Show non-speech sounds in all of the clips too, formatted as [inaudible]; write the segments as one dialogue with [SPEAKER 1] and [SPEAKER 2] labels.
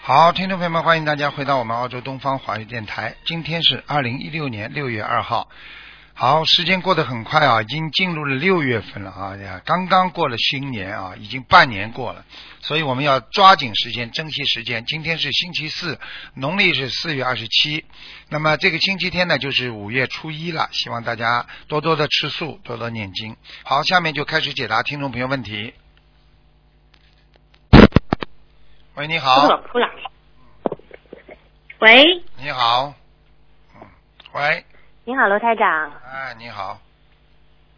[SPEAKER 1] 好，听众朋友们，欢迎大家回到我们澳洲东方华语电台。今天是二零一六年六月二号。好，时间过得很快啊，已经进入了六月份了啊，呀刚刚过了新年啊，已经半年过了，所以我们要抓紧时间，珍惜时间。今天是星期四，农历是四月二十七，那么这个星期天呢，就是五月初一了。希望大家多多的吃素，多多念经。好，下面就开始解答听众朋友问题。喂，你
[SPEAKER 2] 扑
[SPEAKER 1] 好
[SPEAKER 2] 了，扑了。喂，
[SPEAKER 1] 你好，嗯，喂，
[SPEAKER 2] 你好，罗台长。
[SPEAKER 1] 哎，你好，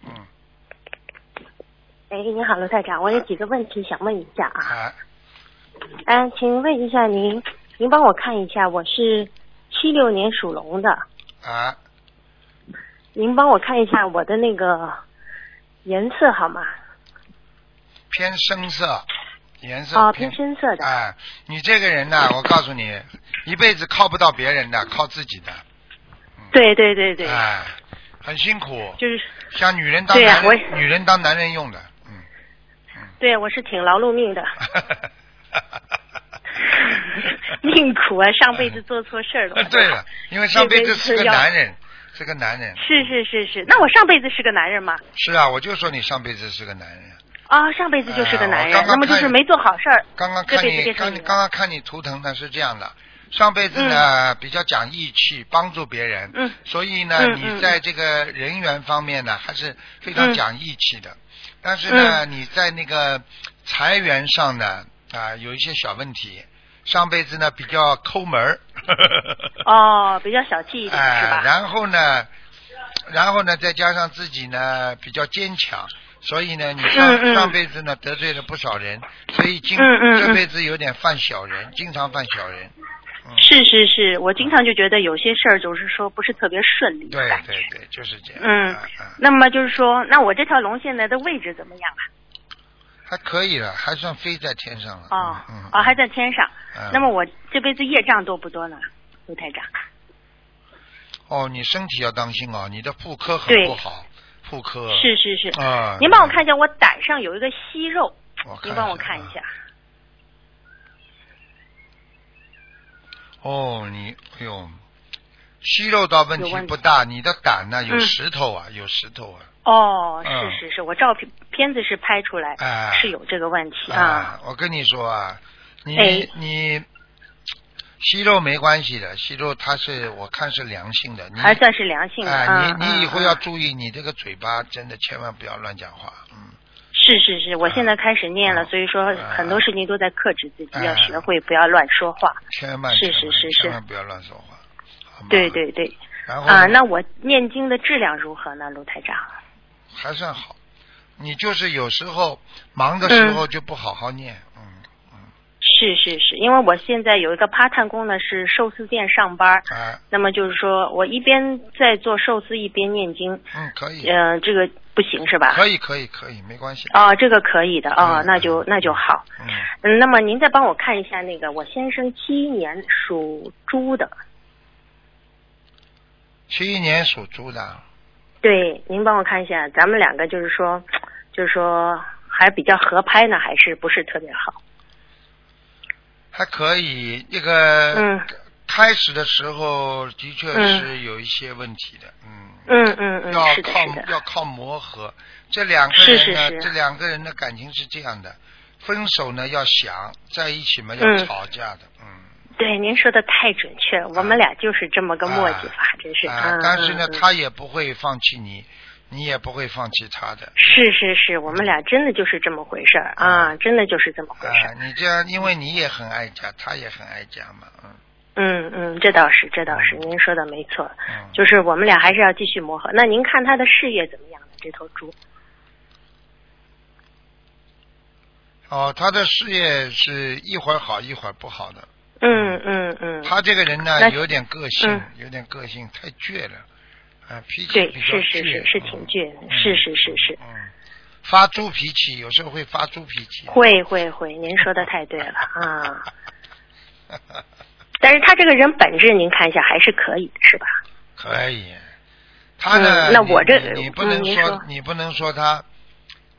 [SPEAKER 1] 嗯，
[SPEAKER 2] 哎，你好，罗台长，我有几个问题想问一下啊。
[SPEAKER 1] 哎，
[SPEAKER 2] 嗯，请问一下您，您帮我看一下，我是七六年属龙的，
[SPEAKER 1] 哎，
[SPEAKER 2] 您帮我看一下我的那个颜色好吗？
[SPEAKER 1] 偏深色，颜色
[SPEAKER 2] 哦，偏深色的。嗯
[SPEAKER 1] 哎，你这个人呢，我告诉你，一辈子靠不到别人的，靠自己的。
[SPEAKER 2] 对对嗯对对，
[SPEAKER 1] 哎，很辛苦，
[SPEAKER 2] 就是
[SPEAKER 1] 像女人当
[SPEAKER 2] 对呀
[SPEAKER 1] 男
[SPEAKER 2] 我
[SPEAKER 1] 人，
[SPEAKER 2] 也
[SPEAKER 1] 女人当男人用的，
[SPEAKER 2] [laughs]
[SPEAKER 1] 嗯。
[SPEAKER 2] 对我是挺劳碌
[SPEAKER 1] [laughs]
[SPEAKER 2] 命的，命苦啊，上辈子做错事儿了。
[SPEAKER 1] [laughs] 对了，因为上辈子是个
[SPEAKER 2] 这辈子要
[SPEAKER 1] 男人，是个男人。
[SPEAKER 2] 是是是是，那我上辈子是个男人吗？
[SPEAKER 1] 是啊，我就说你上辈子是个男人。
[SPEAKER 2] 啊、上辈子就是个男人，
[SPEAKER 1] 哎我刚刚
[SPEAKER 2] 那么就是
[SPEAKER 1] 看
[SPEAKER 2] 没做好事儿。
[SPEAKER 1] 刚刚看
[SPEAKER 2] 这辈子
[SPEAKER 1] 你，
[SPEAKER 2] 变成
[SPEAKER 1] 刚
[SPEAKER 2] 女人
[SPEAKER 1] 刚刚看你图腾呢是这样的，上辈子呢、比较讲义气，帮助别人，
[SPEAKER 2] 嗯
[SPEAKER 1] 所以呢、
[SPEAKER 2] 嗯嗯
[SPEAKER 1] 你在这个人缘方面呢还是非常讲义气的，但是呢、
[SPEAKER 2] 嗯
[SPEAKER 1] 你在那个财源上呢啊、有一些小问题，上辈子呢比较抠门儿， [laughs]
[SPEAKER 2] 哦，比较小气一点、
[SPEAKER 1] 哎、
[SPEAKER 2] 是吧？
[SPEAKER 1] 然后呢，然后呢，再加上自己呢比较坚强，所以呢，你上、
[SPEAKER 2] 嗯嗯
[SPEAKER 1] 上辈子呢得罪了不少人，所以今、
[SPEAKER 2] 嗯嗯嗯
[SPEAKER 1] 这辈子有点犯小人，经常犯小人。
[SPEAKER 2] 是是是，我经常就觉得有些事儿就是说不是特别顺利的
[SPEAKER 1] 对
[SPEAKER 2] 感觉。
[SPEAKER 1] 对对，就是这样。
[SPEAKER 2] 嗯
[SPEAKER 1] 啊啊，
[SPEAKER 2] 那么就是说，那我这条龙现在的位置怎么样啊？
[SPEAKER 1] 还可以了，还算飞在天上了。
[SPEAKER 2] 哦
[SPEAKER 1] 嗯，嗯
[SPEAKER 2] 哦，还在天上。
[SPEAKER 1] 嗯
[SPEAKER 2] 那么我这辈子业障多不多呢，卢台长？
[SPEAKER 1] 哦，你身体要当心哦，你的妇科很
[SPEAKER 2] 对
[SPEAKER 1] 不好，妇科
[SPEAKER 2] 是是是。
[SPEAKER 1] 啊。嗯
[SPEAKER 2] 您帮我看一下，我胆上有一个息肉，
[SPEAKER 1] 我看一下，
[SPEAKER 2] 您帮我看一下。
[SPEAKER 1] 哦，你哎呦，息肉倒问
[SPEAKER 2] 有
[SPEAKER 1] 题
[SPEAKER 2] 问题
[SPEAKER 1] 不大，你的胆呢有
[SPEAKER 2] 嗯
[SPEAKER 1] 石头啊，有石头啊。
[SPEAKER 2] 哦，
[SPEAKER 1] 嗯
[SPEAKER 2] 是是是，我照片片子是拍出来
[SPEAKER 1] 哎
[SPEAKER 2] 是有这个问题啊。
[SPEAKER 1] 啊，我跟你说啊，你、
[SPEAKER 2] 哎
[SPEAKER 1] 你息肉没关系的，息肉它是我看是良性的，你
[SPEAKER 2] 还算是良性的。
[SPEAKER 1] 嗯哎，你
[SPEAKER 2] 嗯
[SPEAKER 1] 你以后
[SPEAKER 2] 嗯
[SPEAKER 1] 要
[SPEAKER 2] 嗯
[SPEAKER 1] 注意，你这个嘴巴真的千万不要乱讲话，嗯，
[SPEAKER 2] 是是是，我现在开始念了，
[SPEAKER 1] 嗯
[SPEAKER 2] 所以说很多事情都在克制自己，
[SPEAKER 1] 嗯
[SPEAKER 2] 要学会不要乱说话。
[SPEAKER 1] 千万
[SPEAKER 2] 是
[SPEAKER 1] 千万
[SPEAKER 2] 是是是
[SPEAKER 1] 千万不要乱说话，好吗？
[SPEAKER 2] 对。对对，
[SPEAKER 1] 然后
[SPEAKER 2] 啊，那我念经的质量如何呢，卢台长？
[SPEAKER 1] 还算好，你就是有时候忙的
[SPEAKER 2] 嗯
[SPEAKER 1] 时候就不好好念，嗯，
[SPEAKER 2] 是是是，因为我现在有一个 part time 工呢，是寿司店上班，
[SPEAKER 1] 哎，
[SPEAKER 2] 那么就是说我一边在做寿司，一边念经，
[SPEAKER 1] 嗯，可以，
[SPEAKER 2] 呃，这个不行是吧？
[SPEAKER 1] 可以，可以，可以，没关系，
[SPEAKER 2] 哦，这个可以的哦
[SPEAKER 1] 嗯，
[SPEAKER 2] 那就
[SPEAKER 1] 嗯
[SPEAKER 2] 那就好。
[SPEAKER 1] 嗯，
[SPEAKER 2] 嗯，那么您再帮我看一下那个我先生七一年属猪的，
[SPEAKER 1] 七一年属猪的，
[SPEAKER 2] 对，您帮我看一下，咱们两个就是说，就是说还比较合拍呢，还是不是特别好？
[SPEAKER 1] 还可以，那个
[SPEAKER 2] 嗯
[SPEAKER 1] 开始的时候的确
[SPEAKER 2] 嗯
[SPEAKER 1] 是有一些问题的，嗯，
[SPEAKER 2] 嗯嗯嗯，
[SPEAKER 1] 要
[SPEAKER 2] 是的，
[SPEAKER 1] 靠
[SPEAKER 2] 是的，
[SPEAKER 1] 要靠磨合。这两个
[SPEAKER 2] 是
[SPEAKER 1] 人呢，
[SPEAKER 2] 是是
[SPEAKER 1] 这两个人的感情是这样的，分手呢要想，在一起嘛要
[SPEAKER 2] 嗯
[SPEAKER 1] 吵架的，嗯。
[SPEAKER 2] 对，您说的太准确了，我们俩就是这么个默契法，真是。
[SPEAKER 1] 啊
[SPEAKER 2] 嗯，
[SPEAKER 1] 哎但是呢，
[SPEAKER 2] 嗯嗯
[SPEAKER 1] 他也不会放弃你，你也不会放弃他的。
[SPEAKER 2] 是是是，我们俩真的就是这么回事儿啊，真的就是这么回
[SPEAKER 1] 啊
[SPEAKER 2] 事儿。，
[SPEAKER 1] 你这样，因为你也很爱家，他也很爱家嘛，嗯
[SPEAKER 2] 嗯嗯，这倒是，这倒是，您说的没错，
[SPEAKER 1] 嗯。
[SPEAKER 2] 就是我们俩还是要继续磨合。那您看他的事业怎么样呢？这头猪？
[SPEAKER 1] 哦，他的事业是一会儿好一会儿不好的，
[SPEAKER 2] 嗯嗯嗯，
[SPEAKER 1] 他这个人呢，
[SPEAKER 2] 那
[SPEAKER 1] 有点个性，
[SPEAKER 2] 嗯
[SPEAKER 1] 有点个性，太倔了，啊，脾气
[SPEAKER 2] 对，
[SPEAKER 1] 比较
[SPEAKER 2] 是是是是挺倔的，是是是是。
[SPEAKER 1] 嗯，嗯发猪脾气，有时候会发猪脾气。
[SPEAKER 2] 会会会，您说的太对了啊。但是他这个人本质，您看一下还是可以的，是吧？
[SPEAKER 1] 可以，哎他呢？
[SPEAKER 2] 嗯那
[SPEAKER 1] 你
[SPEAKER 2] 我这
[SPEAKER 1] 你你不
[SPEAKER 2] 嗯
[SPEAKER 1] 能
[SPEAKER 2] 您
[SPEAKER 1] 说
[SPEAKER 2] 说，
[SPEAKER 1] 你不能说他，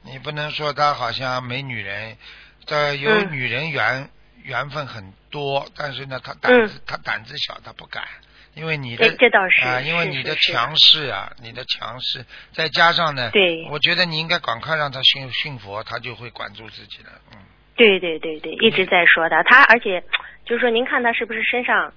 [SPEAKER 1] 你不能说他好像没女人，这有
[SPEAKER 2] 嗯
[SPEAKER 1] 女人缘缘分很多，但是呢，他胆子、他胆子小，他不敢，因为你的
[SPEAKER 2] 嗯对这倒是
[SPEAKER 1] 啊，因为
[SPEAKER 2] 是
[SPEAKER 1] 你
[SPEAKER 2] 是
[SPEAKER 1] 的
[SPEAKER 2] 是
[SPEAKER 1] 强势啊，你的强势，再加上呢，
[SPEAKER 2] 对
[SPEAKER 1] 我觉得你应该赶快让他信信佛，他就会管住自己了。嗯，
[SPEAKER 2] 对对对对，一直在说他，他而且就是说，您看他是不是身上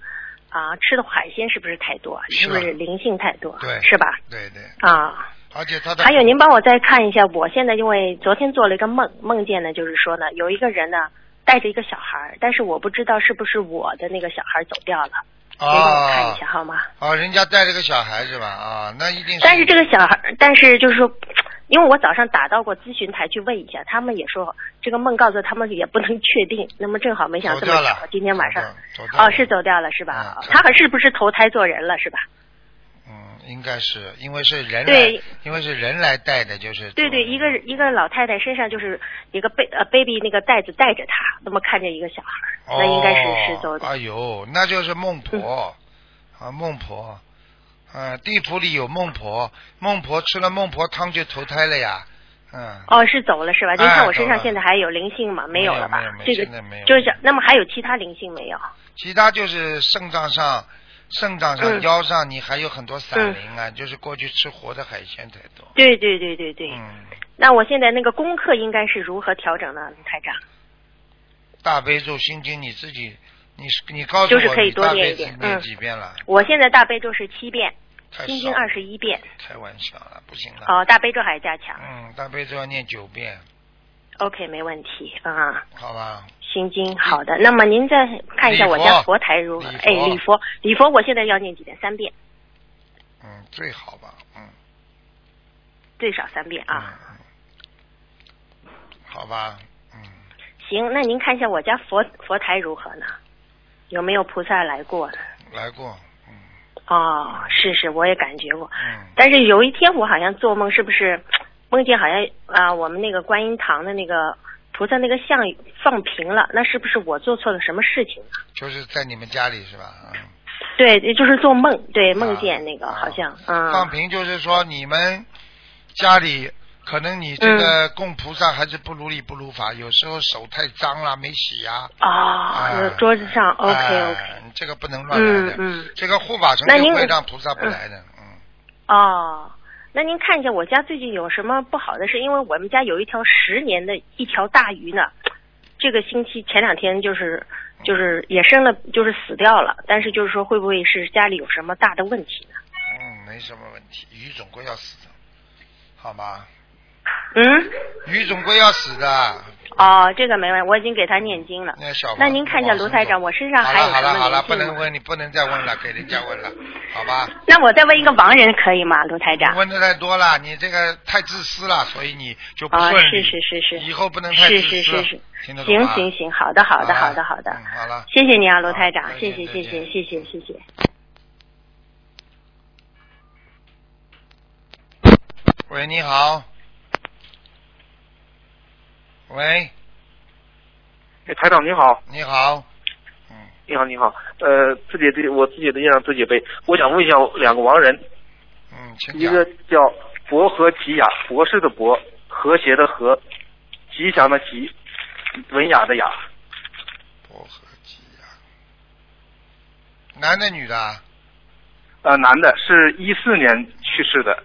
[SPEAKER 2] 啊、吃的海鲜是不是太多，
[SPEAKER 1] 是
[SPEAKER 2] 是不
[SPEAKER 1] 啊
[SPEAKER 2] 是灵性太多，
[SPEAKER 1] 对
[SPEAKER 2] 是吧？
[SPEAKER 1] 对对，
[SPEAKER 2] 啊，
[SPEAKER 1] 而且他的
[SPEAKER 2] 还有您帮我再看一下，我现在因为昨天做了一个梦，梦见呢就是说呢，有一个人呢带着一个小孩儿，但是我不知道是不是我的那个小孩儿走掉了，您帮我看
[SPEAKER 1] 啊
[SPEAKER 2] 一下好吗？
[SPEAKER 1] 啊，人家带了个小孩是吧？啊，那一定
[SPEAKER 2] 但是这个小孩儿，但是就是说，因为我早上打到过咨询台去问一下，他们也说这个梦告诉他们也不能确定。 [laughs] 那么正好没想
[SPEAKER 1] 走
[SPEAKER 2] 到
[SPEAKER 1] 掉
[SPEAKER 2] 这么
[SPEAKER 1] 了嗯
[SPEAKER 2] 巧，，今天晚上
[SPEAKER 1] 走掉
[SPEAKER 2] 哦
[SPEAKER 1] 了
[SPEAKER 2] 是走掉了是吧？
[SPEAKER 1] 嗯
[SPEAKER 2] 哦他还是不是投胎做人了是吧？
[SPEAKER 1] 嗯，应该是因为是人
[SPEAKER 2] 对
[SPEAKER 1] 来，因为是人来带的，就是
[SPEAKER 2] 对对，一个一个老太太身上就是一个 b 呃 baby 那个袋子带着她，那么看着一个小孩儿，那应该是
[SPEAKER 1] 哦
[SPEAKER 2] 是走的。嗯
[SPEAKER 1] 哎呦，那就是孟婆、啊，孟婆，啊，地府里有孟婆，孟婆吃了孟婆汤就投胎了呀，嗯，
[SPEAKER 2] 哦，是走了是吧？您
[SPEAKER 1] 哎
[SPEAKER 2] 看我身上
[SPEAKER 1] 走了
[SPEAKER 2] 现在还有灵性吗？
[SPEAKER 1] 没有
[SPEAKER 2] 有了吧
[SPEAKER 1] 没有没？有
[SPEAKER 2] 这个
[SPEAKER 1] 现在没有
[SPEAKER 2] 就是那么还有其他灵性没有？
[SPEAKER 1] 其他就是肾脏上、肾脏上、
[SPEAKER 2] 嗯
[SPEAKER 1] 腰上，你还有很多散灵啊，就是过去吃活的海鲜太多，
[SPEAKER 2] 对对对对对。
[SPEAKER 1] 嗯，
[SPEAKER 2] 那我现在那个功课应该是如何调整呢，台长？
[SPEAKER 1] 大悲咒心经你自己，你你告诉
[SPEAKER 2] 就
[SPEAKER 1] 我
[SPEAKER 2] 是可以
[SPEAKER 1] 你
[SPEAKER 2] 多
[SPEAKER 1] 大
[SPEAKER 2] 念
[SPEAKER 1] 悲
[SPEAKER 2] 一点
[SPEAKER 1] 咒念
[SPEAKER 2] 嗯
[SPEAKER 1] 几遍了，
[SPEAKER 2] 我现在大悲咒是七遍，
[SPEAKER 1] 太哎
[SPEAKER 2] 心
[SPEAKER 1] 少
[SPEAKER 2] 经
[SPEAKER 1] 了，哎
[SPEAKER 2] 二十一遍，
[SPEAKER 1] 开玩笑了，不行了，
[SPEAKER 2] 哦，大悲咒还加强。
[SPEAKER 1] 嗯，大悲咒要念九遍，
[SPEAKER 2] OK，没问题啊。
[SPEAKER 1] 好吧？
[SPEAKER 2] 心经好的，那么您再看一
[SPEAKER 1] 嗯
[SPEAKER 2] 下
[SPEAKER 1] 礼佛
[SPEAKER 2] 我家佛台如何？
[SPEAKER 1] 礼佛
[SPEAKER 2] 哎，礼佛，礼佛，我现在要念几遍？三遍，
[SPEAKER 1] 嗯，最好吧，嗯。
[SPEAKER 2] 最少三遍啊。
[SPEAKER 1] 嗯，嗯好吧，嗯，
[SPEAKER 2] 行，那您看一下我家佛佛台如何呢？有没有菩萨来过呢？
[SPEAKER 1] 来过，嗯
[SPEAKER 2] 哦，是是，我也感觉过。
[SPEAKER 1] 嗯，
[SPEAKER 2] 但是有一天我好像做梦，是不是梦见好像啊、我们那个观音堂的那个菩萨那个像放平了？那是不是我做错了什么事情啊？
[SPEAKER 1] 就是在你们家里是吧？嗯，
[SPEAKER 2] 对，就是做梦，对，梦
[SPEAKER 1] 啊
[SPEAKER 2] 见那个、
[SPEAKER 1] 啊
[SPEAKER 2] 好像，嗯，
[SPEAKER 1] 放平就是说你们家里可能你这个
[SPEAKER 2] 嗯
[SPEAKER 1] 供菩萨还是不如理不如法，有时候手太脏了没洗呀、
[SPEAKER 2] 哦，那个桌子上、
[SPEAKER 1] 哎
[SPEAKER 2] o k OK，
[SPEAKER 1] 这个不能乱来
[SPEAKER 2] 嗯
[SPEAKER 1] 的，
[SPEAKER 2] 嗯，
[SPEAKER 1] 这个护法神
[SPEAKER 2] 那
[SPEAKER 1] 就
[SPEAKER 2] 您
[SPEAKER 1] 会让菩萨不来的，嗯，
[SPEAKER 2] 哦。那您看一下我家最近有什么不好的事？因为我们家有一条十年的一条大鱼呢，这个星期前两天就是就是也生了，就是死掉了。但是就是说会不会是家里有什么大的问题呢？
[SPEAKER 1] 嗯，没什么问题，鱼总归要死的，好吗？
[SPEAKER 2] 嗯，
[SPEAKER 1] 鱼总归要死的，
[SPEAKER 2] 哦，这个没问题，我已经给他念经了。
[SPEAKER 1] 那小王
[SPEAKER 2] 那您看一下
[SPEAKER 1] 往
[SPEAKER 2] 卢
[SPEAKER 1] 生
[SPEAKER 2] 台
[SPEAKER 1] 走
[SPEAKER 2] 长，我身上还有
[SPEAKER 1] 好了好了好
[SPEAKER 2] 什
[SPEAKER 1] 了，
[SPEAKER 2] 么
[SPEAKER 1] 不
[SPEAKER 2] 灵性
[SPEAKER 1] 能
[SPEAKER 2] 吗？啊
[SPEAKER 1] 问你，不能再问了，给人家
[SPEAKER 2] [laughs]
[SPEAKER 1] 问了，好吧？
[SPEAKER 2] 那我再问一个亡人可以吗？卢台长？
[SPEAKER 1] 问的太多了，你这个太自私了，所以你就不
[SPEAKER 2] 啊，
[SPEAKER 1] 顺利。
[SPEAKER 2] 是是是是，
[SPEAKER 1] 以后不能太自私。
[SPEAKER 2] 是是是是，
[SPEAKER 1] 听得懂
[SPEAKER 2] 行
[SPEAKER 1] 吗
[SPEAKER 2] 行行，好的好的
[SPEAKER 1] 啊
[SPEAKER 2] 好的好的
[SPEAKER 1] 嗯，好了
[SPEAKER 2] 谢谢您啊，卢
[SPEAKER 1] 好
[SPEAKER 2] 台长
[SPEAKER 1] 再，
[SPEAKER 2] 谢
[SPEAKER 1] 见
[SPEAKER 2] 谢
[SPEAKER 1] 再
[SPEAKER 2] 谢
[SPEAKER 1] 见
[SPEAKER 2] 谢谢谢谢谢。
[SPEAKER 1] 喂，你好。喂，
[SPEAKER 3] 哎，台长你好，
[SPEAKER 1] 你好。嗯，
[SPEAKER 3] 你好，你好，呃，自己的我自己的业障自己背。我想问一下两个亡人，
[SPEAKER 1] 嗯，请
[SPEAKER 3] 一
[SPEAKER 1] 讲。
[SPEAKER 3] 个叫博和吉雅，博士的博，和谐的和，吉祥的吉，文雅的雅，
[SPEAKER 1] 薄荷鸡呀、男的女的啊？
[SPEAKER 3] 呃，男的，是一四年去世的，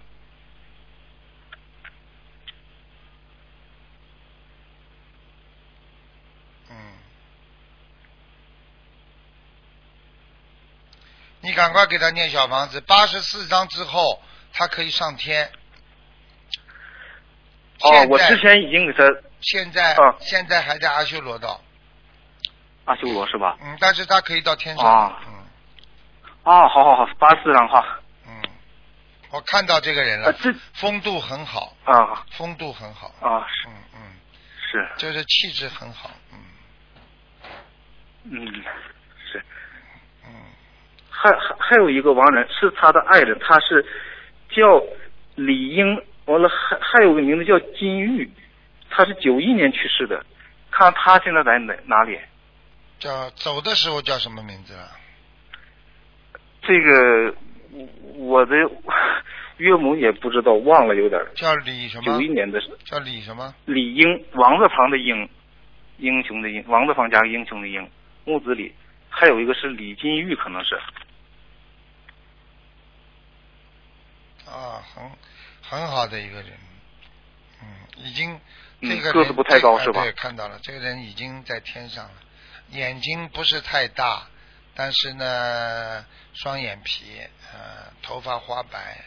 [SPEAKER 1] 嗯。你赶快给他念小房子，八十四章之后，他可以上天。
[SPEAKER 3] 哦
[SPEAKER 1] 现，在
[SPEAKER 3] 我之前已经给他
[SPEAKER 1] 现在、
[SPEAKER 3] 嗯
[SPEAKER 1] 现在还在阿修罗道，
[SPEAKER 3] 阿修罗是吧？
[SPEAKER 1] 嗯，但是他可以到天上，
[SPEAKER 3] 啊
[SPEAKER 1] 嗯
[SPEAKER 3] 啊，好好好，八四张哈，
[SPEAKER 1] 嗯，我看到这个人
[SPEAKER 3] 呃
[SPEAKER 1] 了，
[SPEAKER 3] 这
[SPEAKER 1] 风度很好，
[SPEAKER 3] 啊
[SPEAKER 1] 风度很好，
[SPEAKER 3] 啊是
[SPEAKER 1] 嗯嗯，
[SPEAKER 3] 是，
[SPEAKER 1] 就是气质很好，嗯
[SPEAKER 3] 嗯是，
[SPEAKER 1] 嗯，
[SPEAKER 3] 还还还有一个亡人是他的爱人，他是叫李英，完了还还有个名字叫金玉，他是九一年去世的，看他现在在哪哪里？
[SPEAKER 1] 叫走的时候叫什么名字啊了？
[SPEAKER 3] 这个我我的 [laughs] 岳母也不知道，忘了有点儿。
[SPEAKER 1] 叫李什么
[SPEAKER 3] 九一？年的
[SPEAKER 1] 叫李什么？
[SPEAKER 3] 李英，王字旁的英，英雄的英，王字旁加个英雄的英，木子李，还有一个是李金玉，可能是
[SPEAKER 1] 啊，很很好的一个人，嗯，已经这
[SPEAKER 3] 嗯
[SPEAKER 1] 个人
[SPEAKER 3] 个子不太高是吧
[SPEAKER 1] 哎对，看到了，这个人已经在天上了，眼睛不是太大，但是呢，双眼皮，呃，头发花白，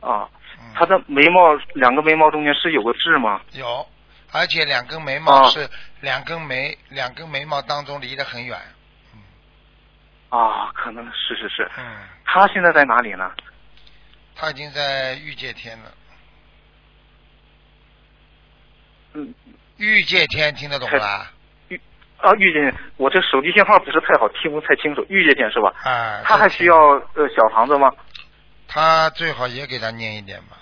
[SPEAKER 3] 啊，
[SPEAKER 1] 嗯，
[SPEAKER 3] 他的眉毛两个眉毛中间是有个痣吗？
[SPEAKER 1] 有，而且两根眉毛
[SPEAKER 3] 啊
[SPEAKER 1] 是、两根眉，两根眉毛当中离得很远，
[SPEAKER 3] 啊，可能是是是。
[SPEAKER 1] 嗯，
[SPEAKER 3] 他现在在哪里呢？
[SPEAKER 1] 他已经在欲界天了，
[SPEAKER 3] 嗯，
[SPEAKER 1] 欲界天听得懂吧？
[SPEAKER 3] 啊，遇见我这手机信号不是太好，听不太清楚。遇见见是吧？
[SPEAKER 1] 啊，
[SPEAKER 3] 他还需要呃小房子吗？
[SPEAKER 1] 他最好也给他念一点吧。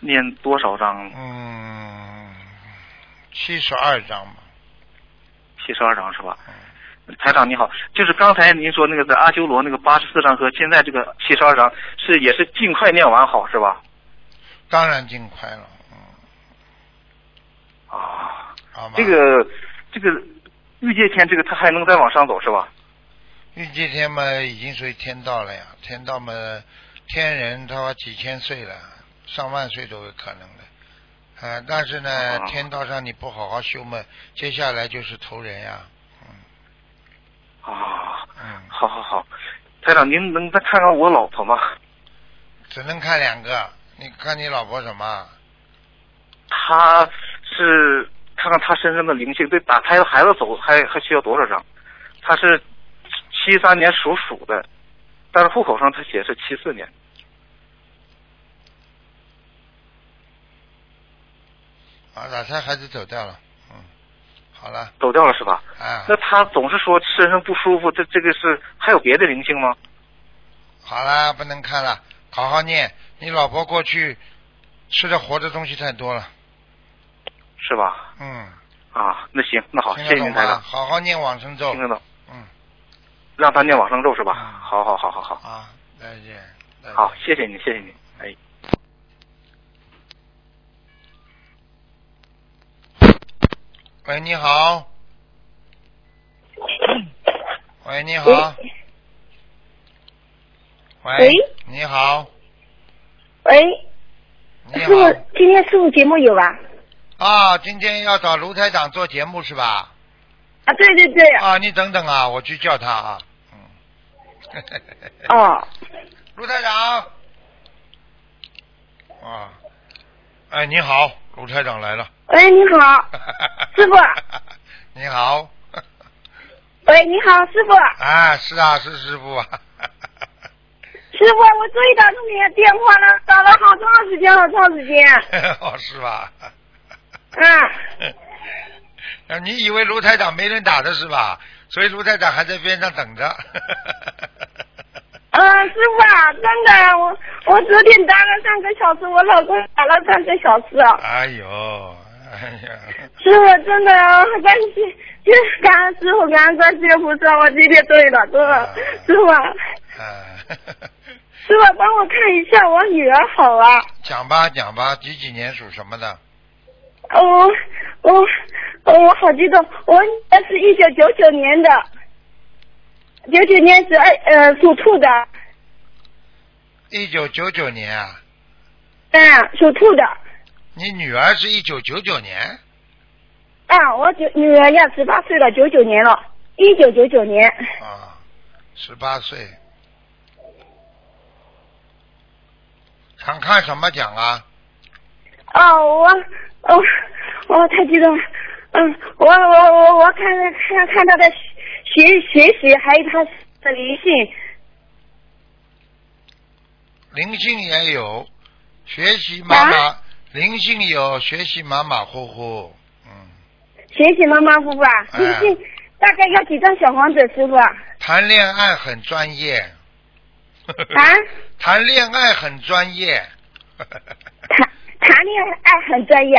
[SPEAKER 3] 念多少张？
[SPEAKER 1] 嗯，七十二章吧。
[SPEAKER 3] 七十二张是吧？
[SPEAKER 1] 嗯
[SPEAKER 3] 台长你好，就是刚才您说那个在阿修罗那个八十四张和现在这个七十二张是也是尽快念完好是吧？
[SPEAKER 1] 当然尽快了，嗯，
[SPEAKER 3] 啊，
[SPEAKER 1] 好吧。
[SPEAKER 3] 这个这个欲界天这个它还能再往上走是吧？
[SPEAKER 1] 玉界天嘛，已经属于天道了呀，天道嘛，天人他几千岁了，上万岁都有可能的。啊、但是呢，
[SPEAKER 3] 啊
[SPEAKER 1] 天道上你不好好修嘛，接下来就是投人呀。
[SPEAKER 3] 啊，
[SPEAKER 1] 嗯，
[SPEAKER 3] 好好好，台长您能再看看我老婆吗？
[SPEAKER 1] 只能看两个。你看你老婆什么？
[SPEAKER 3] 她是看看她身上的灵性，对打胎的孩子走还还需要多少张？她是七三年属鼠的，但是户口上她写是七四年。
[SPEAKER 1] 啊，打胎孩子走掉了。嗯，好了，
[SPEAKER 3] 走掉了是吧？
[SPEAKER 1] 啊
[SPEAKER 3] 那，她总是说身上不舒服，这这个是还有别的灵性吗？
[SPEAKER 1] 好啦，不能看了，好好念。你老婆过去吃的活的东西太多了，
[SPEAKER 3] 是吧？
[SPEAKER 1] 嗯，
[SPEAKER 3] 啊，那行，那好，
[SPEAKER 1] 听
[SPEAKER 3] 谢
[SPEAKER 1] 得
[SPEAKER 3] 谢
[SPEAKER 1] 懂
[SPEAKER 3] 您台
[SPEAKER 1] 吗？
[SPEAKER 3] 长，
[SPEAKER 1] 好好念往生咒
[SPEAKER 3] 听，得懂，
[SPEAKER 1] 嗯，
[SPEAKER 3] 让他念往生咒是吧？
[SPEAKER 1] 嗯
[SPEAKER 3] 好好好好好，
[SPEAKER 1] 啊，再见，再见
[SPEAKER 3] 好，谢谢你，谢谢你，哎。
[SPEAKER 1] 喂，你好。喂，
[SPEAKER 4] 哎啊
[SPEAKER 1] 你好。喂。
[SPEAKER 4] 喂
[SPEAKER 1] 你好，
[SPEAKER 4] 喂，
[SPEAKER 1] 你
[SPEAKER 4] 师
[SPEAKER 1] 好。
[SPEAKER 4] 傅，今天师傅节目有啊？
[SPEAKER 1] 啊，今天要找卢台长做节目是吧？
[SPEAKER 4] 啊，对对对，
[SPEAKER 1] 啊，你等等啊，我去叫他啊。嗯。 [laughs]
[SPEAKER 4] 哦，
[SPEAKER 1] 卢台长。啊，哎，你好，卢台长来了。
[SPEAKER 4] 喂，哎你 [laughs] 好，师傅。
[SPEAKER 1] [laughs] 你好。 [laughs]
[SPEAKER 4] 喂，哎你好，师傅，
[SPEAKER 1] 啊，是啊，是师傅啊。 [laughs]
[SPEAKER 4] 师傅，我终于打通你的电话了，打了好长时间，好长时间。
[SPEAKER 1] 哦，是吧？ [laughs]
[SPEAKER 4] [laughs] 嗯，
[SPEAKER 1] 啊，你以为卢台长没人打的是吧？所以卢台长还在边上等着。 [laughs]
[SPEAKER 4] 嗯，师傅啊，真的，我我昨天打了三个小时，我老公打了三个小时啊。
[SPEAKER 1] 哎呦，哎呀，
[SPEAKER 4] 师傅真的很感谢，就是感恩师傅，感恩观世音菩萨，我今天终于打通了，师傅啊，
[SPEAKER 1] 啊，
[SPEAKER 4] 师傅帮我看一下我女儿好啊。
[SPEAKER 1] 讲吧讲吧，几几年属什么的？
[SPEAKER 4] 我我哦我好激动！我女儿是一九九九年的，九九年是二呃属兔的，
[SPEAKER 1] 一九九九年啊，
[SPEAKER 4] 嗯，属兔的，
[SPEAKER 1] 你女儿是一九九九年，
[SPEAKER 4] 嗯，我九女儿要十八岁了，九九年了，一九九九年，
[SPEAKER 1] 啊，十八岁。想看什么讲啊？
[SPEAKER 4] 哦，我哦我太激动了，嗯，我我我我看看看她的学学习，还有她的灵性，
[SPEAKER 1] 灵性也有，学习马马、
[SPEAKER 4] 啊
[SPEAKER 1] 灵性有，学习马马虎虎。嗯，
[SPEAKER 4] 学习马马虎虎啊，
[SPEAKER 1] 哎
[SPEAKER 4] 灵性大概要几张小黄纸，师傅
[SPEAKER 1] [coughs]
[SPEAKER 4] 啊？
[SPEAKER 1] 谈恋爱很专业。
[SPEAKER 4] 啊
[SPEAKER 1] [laughs] 谈恋爱很专业。 [laughs]
[SPEAKER 4] 谈谈恋爱很专业。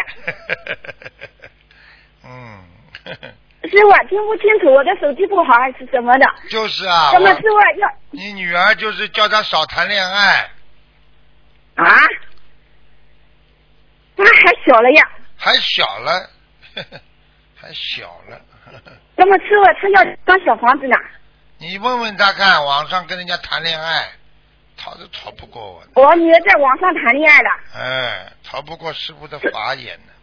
[SPEAKER 1] 嗯， [laughs]
[SPEAKER 4] 师傅啊听不清楚，我的手机不好还是什么的？
[SPEAKER 1] 就是啊，
[SPEAKER 4] 那么
[SPEAKER 1] 我
[SPEAKER 4] 师傅要
[SPEAKER 1] 你女儿就是叫她少谈恋爱，
[SPEAKER 4] 啊？那还小了呀，
[SPEAKER 1] 还小了，还小了，
[SPEAKER 4] 那么师傅，啊他要装小房子呢？
[SPEAKER 1] 你问问他看，网上跟人家谈恋爱，逃都逃不过我的，
[SPEAKER 4] 我女儿在网上谈恋爱了。
[SPEAKER 1] 哎，逃不过师傅的法眼呢。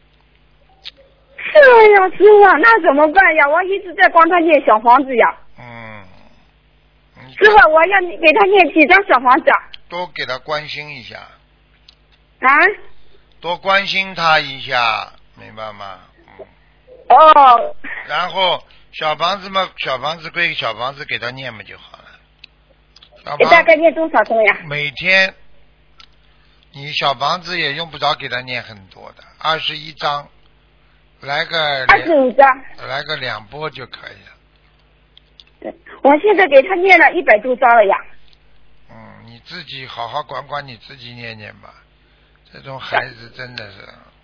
[SPEAKER 4] 是呀，师傅，啊那怎么办呀？我一直在帮他念小房子呀。
[SPEAKER 1] 嗯，你
[SPEAKER 4] 师傅，我要给他念几张小房子啊？
[SPEAKER 1] 多给他关心一下，
[SPEAKER 4] 啊？
[SPEAKER 1] 多关心他一下，明白吗？嗯。
[SPEAKER 4] 哦，
[SPEAKER 1] 然后小房子嘛，小房子归小房子，给他念嘛就好了。小
[SPEAKER 4] 给大
[SPEAKER 1] 房
[SPEAKER 4] 概念多少张呀？
[SPEAKER 1] 每天，你小房子也用不着给他念很多的，二十一章，来个
[SPEAKER 4] 二十
[SPEAKER 1] 两
[SPEAKER 4] 五张。
[SPEAKER 1] 来个两波就可以了。
[SPEAKER 4] 对，我现在给他念了一百多张了呀。
[SPEAKER 1] 嗯，你自己好好管管你自己念念吧。这种孩子真的是，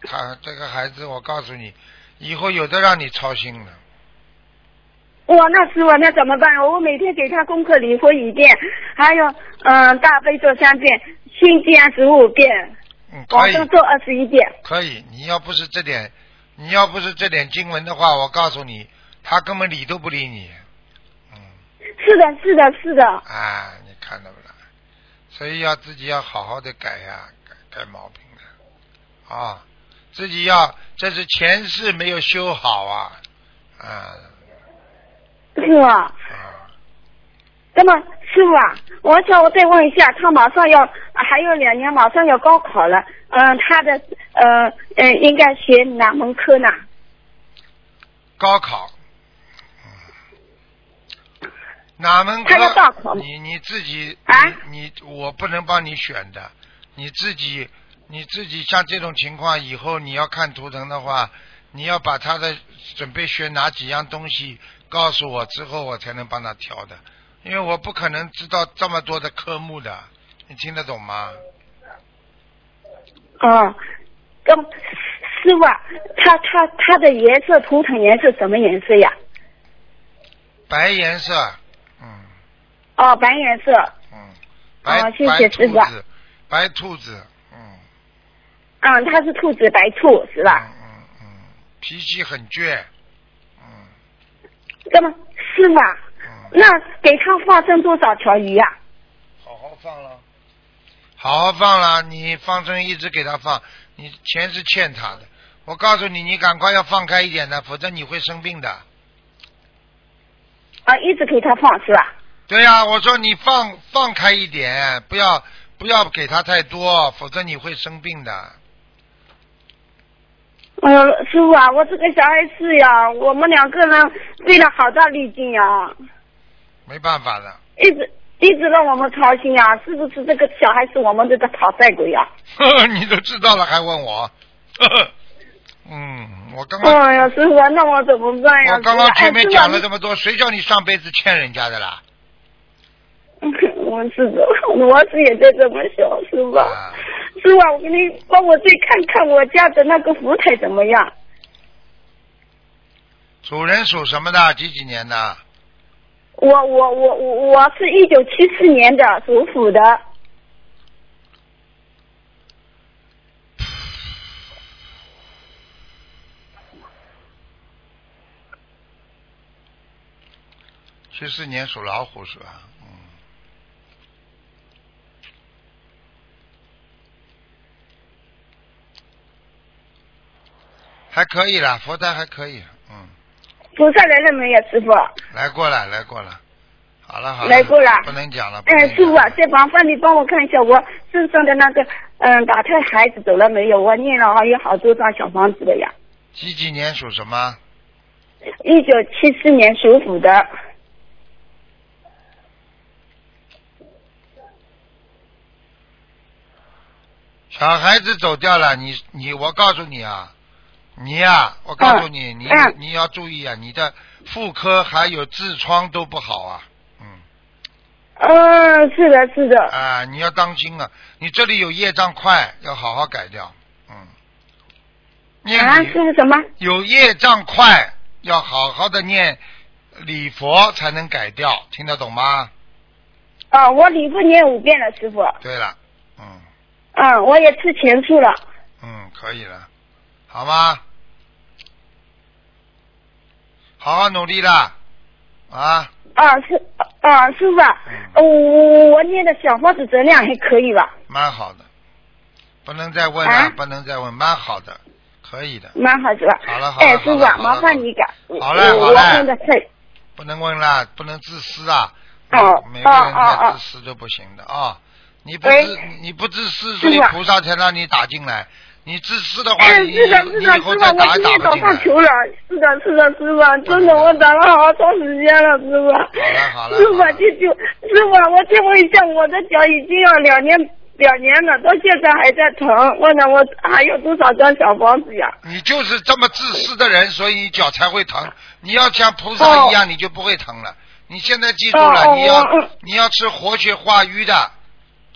[SPEAKER 1] 他这个孩子，我告诉你，以后有的让你操心了。
[SPEAKER 4] 哇，那师傅，那怎么办？我每天给他功课离婚一遍，还有嗯、呃大悲咒三遍，心经十五遍，
[SPEAKER 1] 嗯，可
[SPEAKER 4] 往
[SPEAKER 1] 以，
[SPEAKER 4] 生咒二十一遍。
[SPEAKER 1] 可以。你要不是这点，你要不是这点经文的话，我告诉你，他根本理都不理你。嗯，
[SPEAKER 4] 是的，是的，是的。
[SPEAKER 1] 啊，你看到不啦？所以要自己要好好的改呀、改改毛病的啊，自己要这是前世没有修好啊，啊
[SPEAKER 4] 是吧？
[SPEAKER 1] 啊。
[SPEAKER 4] 那么师傅啊，我想我再问一下，他马上要还有两年，马上要高考了，嗯、他的呃呃应该学哪门科呢？
[SPEAKER 1] 高考，嗯，哪门科？
[SPEAKER 4] 他要大考吗
[SPEAKER 1] 你你自己
[SPEAKER 4] 啊
[SPEAKER 1] 你你我不能帮你选的，你自己你自己像这种情况，以后你要看图腾的话，你要把他的准备学哪几样东西告诉我之后，我才能帮他挑的，因为我不可能知道这么多的科目的，你听得懂吗？
[SPEAKER 4] 哦，那么师傅啊，他他他的颜色图腾颜色什么颜色呀？
[SPEAKER 1] 白颜色，嗯
[SPEAKER 4] 哦，白颜色。
[SPEAKER 1] 嗯，白、
[SPEAKER 4] 哦谢
[SPEAKER 1] 白
[SPEAKER 4] 谢
[SPEAKER 1] 兔
[SPEAKER 4] 师傅
[SPEAKER 1] 子，白兔子，嗯。
[SPEAKER 4] 嗯，他是兔子，白兔是吧？
[SPEAKER 1] 嗯嗯嗯，脾气很倔，嗯
[SPEAKER 4] 那么师傅啊，
[SPEAKER 1] 嗯，
[SPEAKER 4] 那给他放生多少条鱼呀、
[SPEAKER 1] 好好放了，好好放了，你放生一直给他放，你钱是欠他的。我告诉你，你赶快要放开一点的，否则你会生病的。
[SPEAKER 4] 啊？一直给他放是吧？
[SPEAKER 1] 对呀、我说你放放开一点，不要不要给他太多，否则你会生病的。
[SPEAKER 4] 呃，师傅啊，我这个小孩是呀，我们两个人费了好大力劲呀，
[SPEAKER 1] 没办法的， [laughs]
[SPEAKER 4] 一直一直让我们操心呀，是不是这个小孩是我们这个讨债鬼呀？
[SPEAKER 1] 你都知道了还问我？ [laughs] 嗯，我刚刚
[SPEAKER 4] 哎呀，师傅啊，那我怎么办呀？
[SPEAKER 1] 我刚刚
[SPEAKER 4] 师傅啊
[SPEAKER 1] 前面讲了。
[SPEAKER 4] 哎师
[SPEAKER 1] 这么多，谁叫你上辈子欠人家的啦？
[SPEAKER 4] 傅啊你 [laughs] 我是的，我儿子也在这么想，师傅啊。
[SPEAKER 1] 啊
[SPEAKER 4] 师傅啊，我给你帮我再看看我家的那个福台怎么样？
[SPEAKER 1] 主人属什么的？几几年的？
[SPEAKER 4] 我我我我我是一九七四年的，属虎的。
[SPEAKER 1] 七四年属老虎是吧？嗯。还可以啦，佛台还可以，嗯，
[SPEAKER 4] 菩萨来了没有，师傅？哎
[SPEAKER 1] 来过了，来过了，好了好了，
[SPEAKER 4] 来过了
[SPEAKER 1] 不能讲了，不能
[SPEAKER 4] 哎，
[SPEAKER 1] 讲
[SPEAKER 4] 师傅啊，再麻烦你帮我看一下我身上的那个嗯打胎孩子走了没有？我念了有好多张小房子了呀。
[SPEAKER 1] 几几年属什么？
[SPEAKER 4] 一九七四年属虎的，
[SPEAKER 1] 小孩子走掉了，你你我告诉你啊，你呀、我告诉你，
[SPEAKER 4] 嗯
[SPEAKER 1] 你
[SPEAKER 4] 嗯
[SPEAKER 1] 你要注意啊，你的妇科还有痔疮都不好啊，嗯
[SPEAKER 4] 嗯，是的，是的，
[SPEAKER 1] 啊，你要当心啊，你这里有业障块，要好好改掉，嗯，念
[SPEAKER 4] 啊，
[SPEAKER 1] 礼
[SPEAKER 4] 师傅什么？
[SPEAKER 1] 有业障块，要好好的念礼佛才能改掉，听得懂吗？
[SPEAKER 4] 啊，我礼佛念五遍了，师傅。
[SPEAKER 1] 对了，嗯
[SPEAKER 4] 嗯，我也吃全素了。
[SPEAKER 1] 嗯，可以了，好吗？好好努力啦，啊，
[SPEAKER 4] 啊，师啊，师傅啊，
[SPEAKER 1] 嗯
[SPEAKER 4] 我我我念的小房子质量还可以吧？
[SPEAKER 1] 蛮好的，不能再问了，
[SPEAKER 4] 啊
[SPEAKER 1] 不能再问，蛮好的，可以的，
[SPEAKER 4] 蛮好是吧？
[SPEAKER 1] 好了好了
[SPEAKER 4] 哎，师傅
[SPEAKER 1] 好
[SPEAKER 4] 啊，
[SPEAKER 1] 了
[SPEAKER 4] 麻烦你改。
[SPEAKER 1] 好了
[SPEAKER 4] 我
[SPEAKER 1] 好哦了
[SPEAKER 4] 我问的太
[SPEAKER 1] 不能问啦，不能自私啊，
[SPEAKER 4] 哦
[SPEAKER 1] 每个人
[SPEAKER 4] 哦哦哎
[SPEAKER 1] 太
[SPEAKER 4] 哦
[SPEAKER 1] 自私都不行的啊。你不
[SPEAKER 4] 喂
[SPEAKER 1] 自你不自私，所以
[SPEAKER 4] 师傅
[SPEAKER 1] 菩萨才让你打进来。你自私的话，
[SPEAKER 4] 哎，
[SPEAKER 1] 你
[SPEAKER 4] 是的，
[SPEAKER 1] 以
[SPEAKER 4] 是
[SPEAKER 1] 你
[SPEAKER 4] 的，
[SPEAKER 1] 以后
[SPEAKER 4] 是
[SPEAKER 1] 再
[SPEAKER 4] 的，
[SPEAKER 1] 打
[SPEAKER 4] 我
[SPEAKER 1] 也
[SPEAKER 4] 今
[SPEAKER 1] 打嗯
[SPEAKER 4] 天
[SPEAKER 1] 不
[SPEAKER 4] 早
[SPEAKER 1] 进来
[SPEAKER 4] 上。求了，是的，是的，师傅，啊真的，我等了好长时间了，师傅。啊
[SPEAKER 1] 好了
[SPEAKER 4] 师
[SPEAKER 1] 好
[SPEAKER 4] 傅
[SPEAKER 1] 了，
[SPEAKER 4] 这就师傅，啊我最后一下，我的脚已经要两年两年了，到现在还在疼。问了我还有多少张小房子呀？
[SPEAKER 1] 你就是这么自私的人，所以你脚才会疼。你要像菩萨一样，你就不会疼了。你现在记住了，
[SPEAKER 4] 哦哦
[SPEAKER 1] 你要、
[SPEAKER 4] 我嗯
[SPEAKER 1] 你要吃活血化瘀的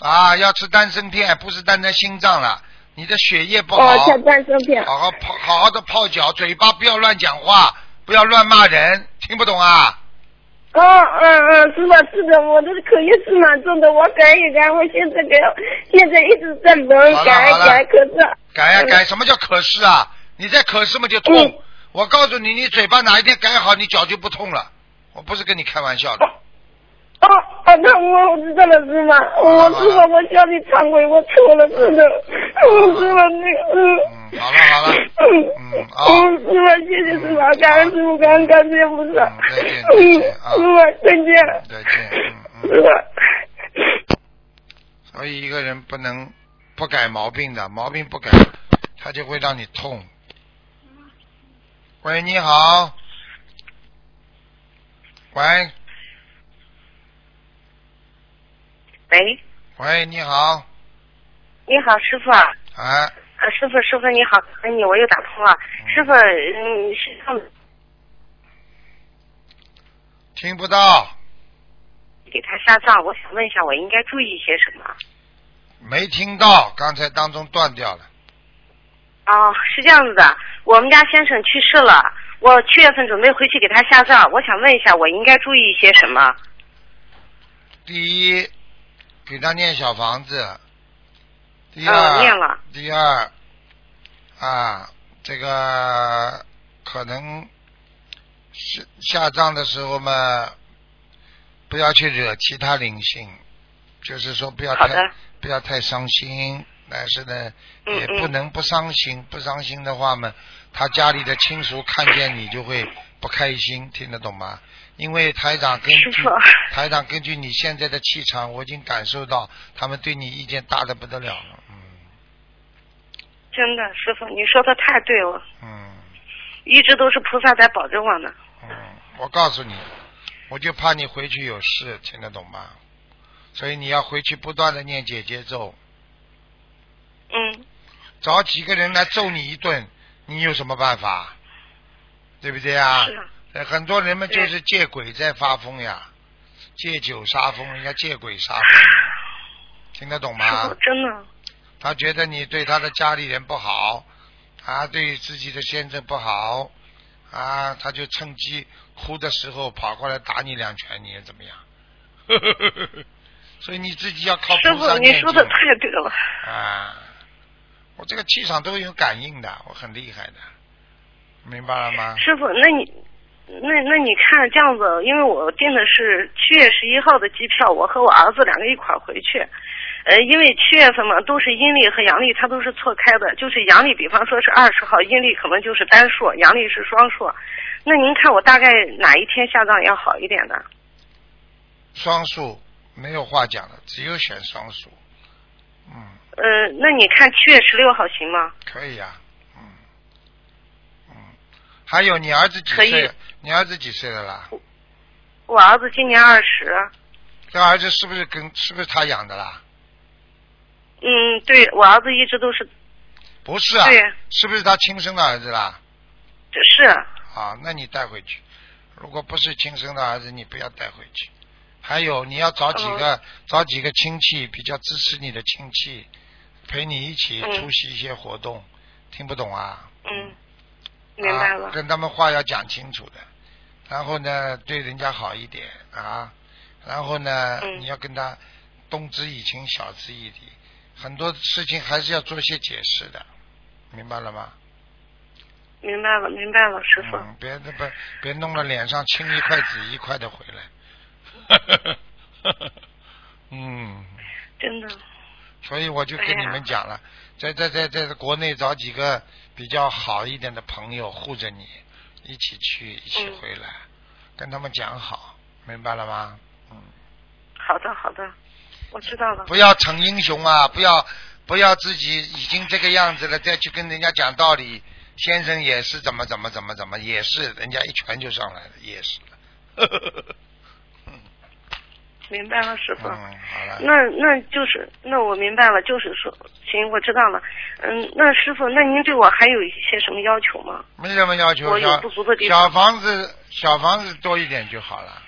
[SPEAKER 1] 啊，要吃丹参片，不是单单心脏了，你的血液不好。
[SPEAKER 4] 哦，像丹参片。
[SPEAKER 1] 好好泡，好好的泡脚，嘴巴不要乱讲话，不要乱骂人，听不懂啊？
[SPEAKER 4] 哦，嗯嗯，是的，是的，我的口音是蛮重的，我改一改，我现在改，现在一直在能
[SPEAKER 1] 好了
[SPEAKER 4] 改
[SPEAKER 1] 好了
[SPEAKER 4] 改，可是
[SPEAKER 1] 改呀、
[SPEAKER 4] 嗯
[SPEAKER 1] 改，什么叫可是啊？你再可是嘛就痛。
[SPEAKER 4] 嗯
[SPEAKER 1] 我告诉你，你嘴巴哪一天改好，你脚就不痛了。我不是跟你开玩笑的。
[SPEAKER 4] 哦哦，那我我知道了，师傅，我知道我向你忏悔，我错了，真的，我知道那个，嗯。
[SPEAKER 1] 嗯，好了好了，嗯啊
[SPEAKER 4] 嗯，师傅，谢谢师傅，感恩师傅，感恩感谢菩萨
[SPEAKER 1] 嗯再见。再见啊
[SPEAKER 4] 嗯，师傅，再见。
[SPEAKER 1] 再见嗯嗯
[SPEAKER 4] 师傅。
[SPEAKER 1] 所以一个人不能不改毛病的，毛病不改，他就会让你痛。喂，你好。喂
[SPEAKER 5] 喂，
[SPEAKER 1] 喂，你好，
[SPEAKER 5] 你好，师傅啊，
[SPEAKER 1] 哎，
[SPEAKER 5] 啊师傅，师傅你好，哎，你我又打通了，师傅，嗯，是这样的
[SPEAKER 1] 听不到。
[SPEAKER 5] 给他下葬，我想问一下，我应该注意些什么？
[SPEAKER 1] 没听到，刚才当中断掉了。
[SPEAKER 5] 哦，是这样子的，我们家先生去世了，我七月份准备回去给他下葬，我想问一下，我应该注意一些什么？
[SPEAKER 1] 第一，给他念小房子。第二，
[SPEAKER 5] 嗯，念了，
[SPEAKER 1] 第二，啊，这个可能下下葬的时候嘛，不要去惹其他灵性，就是说不要
[SPEAKER 5] 好
[SPEAKER 1] 太
[SPEAKER 5] 的，
[SPEAKER 1] 不要太伤心，但是呢，
[SPEAKER 5] 嗯
[SPEAKER 1] 也
[SPEAKER 5] 嗯
[SPEAKER 1] 不能不伤心，不伤心的话嘛，他家里的亲属看见你就会不开心，听得懂吗？因为台长根
[SPEAKER 5] 师
[SPEAKER 1] 据
[SPEAKER 5] 傅，
[SPEAKER 1] 台长根据你现在的气场，我已经感受到他们对你意见大的不得了了，嗯
[SPEAKER 5] 真的，师傅，你说的太对了，
[SPEAKER 1] 嗯
[SPEAKER 5] 一直都是菩萨在保证我呢。
[SPEAKER 1] 嗯，我告诉你，我就怕你回去有事，听得懂吗？所以你要回去不断的念姐姐咒，
[SPEAKER 5] 嗯，
[SPEAKER 1] 找几个人来揍你一顿，你有什么办法？对不对啊？
[SPEAKER 5] 是啊，
[SPEAKER 1] 呃，很多人们
[SPEAKER 5] 对
[SPEAKER 1] 就是借鬼在发疯呀，借酒杀疯，人家借鬼杀疯，听得懂
[SPEAKER 5] 师傅
[SPEAKER 1] 吗？
[SPEAKER 5] 真的，
[SPEAKER 1] 他觉得你对他的家里人不好，啊，对自己的先生不好，啊，他就趁机哭的时候跑过来打你两拳，你也怎么样？ [laughs] 所以你自己要靠
[SPEAKER 5] 师
[SPEAKER 1] 菩萨
[SPEAKER 5] 傅你
[SPEAKER 1] 念
[SPEAKER 5] 说的
[SPEAKER 1] 经
[SPEAKER 5] 太对了，
[SPEAKER 1] 啊，我这个气场都有感应的，我很厉害的，明白了吗？
[SPEAKER 5] 师傅，那你。那那你看这样子，因为我订的是七月十一号的机票，我和我儿子两个一块儿回去。呃，因为七月份嘛，都是阴历和阳历，它都是错开的。就是阳历，比方说是二十号，阴历可能就是单数，阳历是双数。那您看我大概哪一天下葬要好一点呢？
[SPEAKER 1] 双数没有话讲了，只有选双数。嗯，
[SPEAKER 5] 呃，那你看七月十六号行吗？
[SPEAKER 1] 可以啊。嗯嗯，还有你儿子几
[SPEAKER 5] 可
[SPEAKER 1] 岁
[SPEAKER 5] 以？
[SPEAKER 1] 你儿子几岁了啦？
[SPEAKER 5] 我儿子今年二十。
[SPEAKER 1] 这儿子是不是跟是不是他养的啦？
[SPEAKER 5] 嗯，对我儿子一直都是
[SPEAKER 1] 不是啊
[SPEAKER 5] 对，
[SPEAKER 1] 是不是他亲生的儿子啦？
[SPEAKER 5] 是
[SPEAKER 1] 啊，那你带回去。如果不是亲生的儿子，你不要带回去。还有，你要找几
[SPEAKER 5] 哦
[SPEAKER 1] 个、找几个亲戚比较支持你的亲戚，陪你一起
[SPEAKER 5] 嗯
[SPEAKER 1] 出席一些活动。听不懂啊？
[SPEAKER 5] 嗯，明白了
[SPEAKER 1] 啊，。跟他们话要讲清楚的，然后呢，对人家好一点啊，然后呢，
[SPEAKER 5] 嗯
[SPEAKER 1] 你要跟他动之以情，晓之以理，很多事情还是要做一些解释的，明白了吗？
[SPEAKER 5] 明白了，明白了，师傅。
[SPEAKER 1] 嗯，别别别弄了，脸上青一块紫一块的回
[SPEAKER 5] [laughs]
[SPEAKER 1] 来。 [laughs] 嗯，
[SPEAKER 5] 真的，
[SPEAKER 1] 所以我就跟你们讲了，在在在在国内找几个比较好一点的朋友护着你，一起去，一起回来，
[SPEAKER 5] 嗯
[SPEAKER 1] 跟他们讲好，明白了吗？嗯，
[SPEAKER 5] 好的，好的，我知道了。
[SPEAKER 1] 不要逞英雄啊！不要不要自己已经这个样子了，再去跟人家讲道理。先生也是怎么怎么怎么怎么，也是人家一拳就上来了，也是
[SPEAKER 5] [laughs]
[SPEAKER 1] 了。
[SPEAKER 5] 明白了，师傅。
[SPEAKER 1] 嗯，好了。
[SPEAKER 5] 那那就是，那我明白了，就是说，行，我知道了。嗯，那师傅，那您对我还有一些什么要求吗？
[SPEAKER 1] 没什么要求，
[SPEAKER 5] 我有
[SPEAKER 1] 小
[SPEAKER 5] 不足的地
[SPEAKER 1] 小
[SPEAKER 5] 方
[SPEAKER 1] 房子小房子多一点就好了，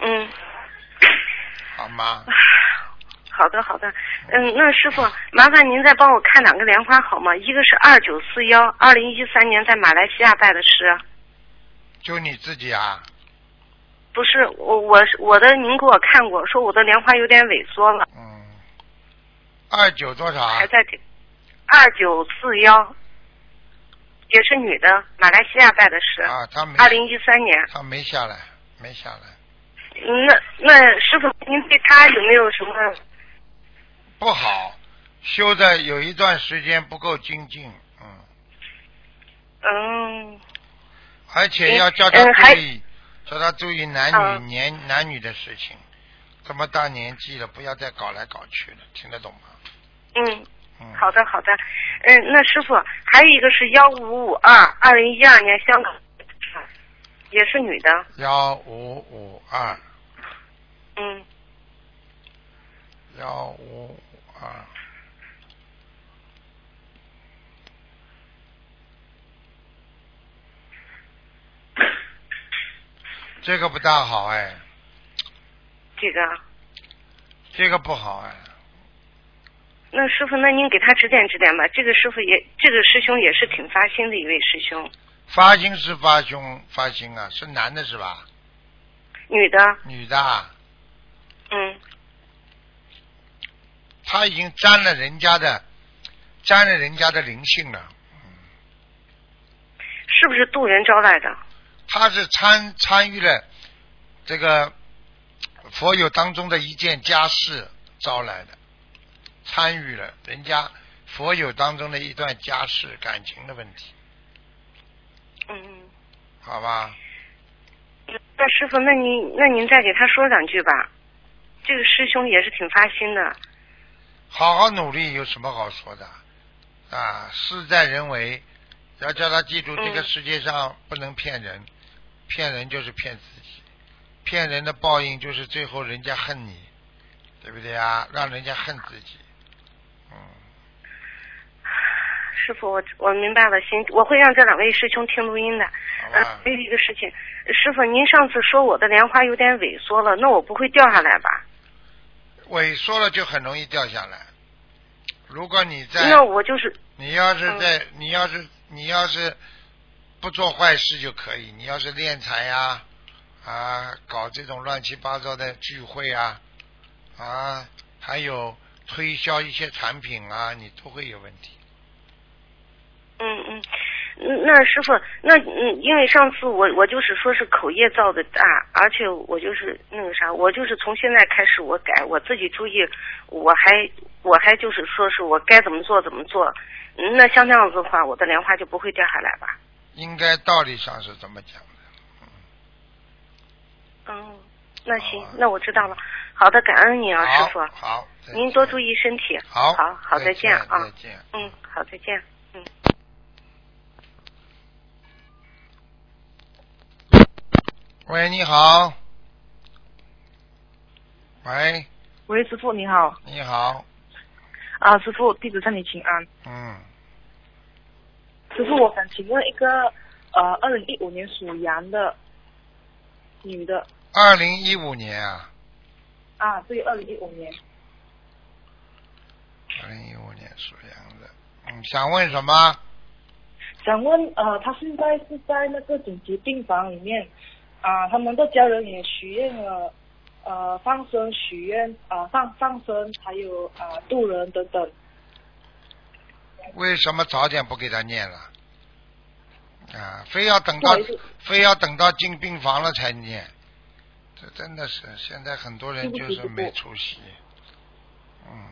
[SPEAKER 5] 嗯，
[SPEAKER 1] 好吗？
[SPEAKER 5] 好的，好的。嗯，那师傅，麻烦您再帮我看两个莲花好吗？一个是二九四幺，二零一三年在马来西亚拜的师，啊
[SPEAKER 1] 就你自己啊，
[SPEAKER 5] 不是我我是我的，您给我看过，说我的莲花有点萎缩了，
[SPEAKER 1] 嗯，二九多少啊？
[SPEAKER 5] 还在二九四幺，也是女的，马来西亚拜的师，
[SPEAKER 1] 啊，他没
[SPEAKER 5] 二零一三年。嗯
[SPEAKER 1] 他没下来，没下来，
[SPEAKER 5] 那那师傅，您对他有没有什么？
[SPEAKER 1] 不好，修的有一段时间不够精进，嗯，
[SPEAKER 5] 嗯，
[SPEAKER 1] 而且要
[SPEAKER 5] 嗯
[SPEAKER 1] 叫他
[SPEAKER 5] 嗯还
[SPEAKER 1] 注意，叫他注意男
[SPEAKER 5] 啊
[SPEAKER 1] 女年、男女的事情，这么大年纪了，不要再搞来搞去了，听得懂吗？
[SPEAKER 5] 嗯，
[SPEAKER 1] 嗯，
[SPEAKER 5] 好的好的，嗯，那师傅还有一个是幺五五二，二零一二年香港，也是女的，
[SPEAKER 1] 幺五五二
[SPEAKER 5] 嗯，
[SPEAKER 1] 幺五五二，这个不大好哎，
[SPEAKER 5] 这个，
[SPEAKER 1] 这个不好哎，
[SPEAKER 5] 那师傅，那您给他指点指点吧。这个师傅也，这个师兄也是挺发心的一位师兄，
[SPEAKER 1] 发心是发胸发心啊，是男的是吧？
[SPEAKER 5] 女的，
[SPEAKER 1] 女的啊，
[SPEAKER 5] 嗯，
[SPEAKER 1] 他已经沾了人家的，沾了人家的灵性了。
[SPEAKER 5] 是不是渡人招来的？
[SPEAKER 1] 他是参参与了这个佛友当中的一件家事招来的，参与了人家佛友当中的一段家事感情的问题，
[SPEAKER 5] 嗯，
[SPEAKER 1] 好吧？
[SPEAKER 5] 那师傅，那您那您再给他说两句吧。这个师兄也是挺发心的，
[SPEAKER 1] 好好努力有什么好说的啊？事在人为，要叫他记住，
[SPEAKER 5] 嗯
[SPEAKER 1] 这个世界上不能骗人，骗人就是骗自己，骗人的报应就是最后人家恨你，对不对啊？让人家恨自己，嗯，
[SPEAKER 5] 师傅，我我明白了，行，我会让这两位师兄听录音的。
[SPEAKER 1] 好
[SPEAKER 5] 嗯
[SPEAKER 1] 吧，
[SPEAKER 5] 还？有一个事情，师傅，您上次说我的莲花有点萎缩了，那我不会掉下来吧？
[SPEAKER 1] 萎缩了就很容易掉下来。如果你在
[SPEAKER 5] 那，我嗯就是，
[SPEAKER 1] 你要是在，你要是你要是不做坏事就可以。你要是敛财呀、啊，搞这种乱七八糟的聚会啊，啊，还有推销一些产品啊，你都会有问题。
[SPEAKER 5] 嗯嗯，嗯那师傅，那嗯，因为上次我我就是说是口业造的大，而且我就是那个啥，我就是从现在开始我改，我自己注意，我还我还就是说是我该怎么做怎么做。嗯那像这样子的话，我的莲花就不会掉下来吧？
[SPEAKER 1] 应该道理上是怎么讲的？
[SPEAKER 5] 嗯，那行
[SPEAKER 1] 好啊，
[SPEAKER 5] 那我知道了。好的，感恩您啊，
[SPEAKER 1] 好，
[SPEAKER 5] 师傅。
[SPEAKER 1] 好，再
[SPEAKER 5] 您
[SPEAKER 1] 见
[SPEAKER 5] 多注。意身体。
[SPEAKER 1] 好，
[SPEAKER 5] 好好，再见
[SPEAKER 1] 见
[SPEAKER 5] 啊。
[SPEAKER 1] 再见。
[SPEAKER 5] 嗯，好，再见。嗯。
[SPEAKER 1] 喂，你好。喂，
[SPEAKER 6] 喂，师傅你好
[SPEAKER 1] 你好。
[SPEAKER 6] 啊，师傅弟子向你请安。
[SPEAKER 1] 嗯，
[SPEAKER 6] 师傅，我想请问一个呃，二零一五年属羊的女的
[SPEAKER 1] 二零一五年啊，
[SPEAKER 6] 啊，对，二零一五年
[SPEAKER 1] 二零一五年属羊的。嗯，想问什么？
[SPEAKER 6] 想问呃，她现在是在那个紧急病房里面啊，他们的家人也许愿了呃放生许愿啊、放放生，还有啊、渡人等等。
[SPEAKER 1] 为什么早点不给他念了？啊，非要等到
[SPEAKER 6] 不好意思
[SPEAKER 1] 非要等到进病房了才念，这真的是现在很多人就是没出息。嗯，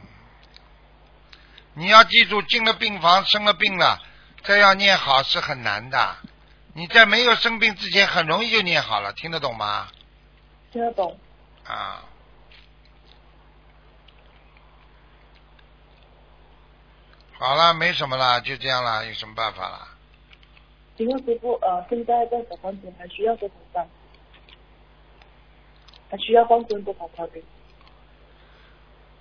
[SPEAKER 1] 你要记住，进了病房生了病了，再要念好是很难的。你在没有生病之前，很容易就念好了，听得懂吗？
[SPEAKER 6] 听得懂。
[SPEAKER 1] 啊，好了，没什么了，就这样了，有什么办法了？
[SPEAKER 6] 请问师傅，呃，现在在小房子还需要多少张？还需要放生多少条鱼？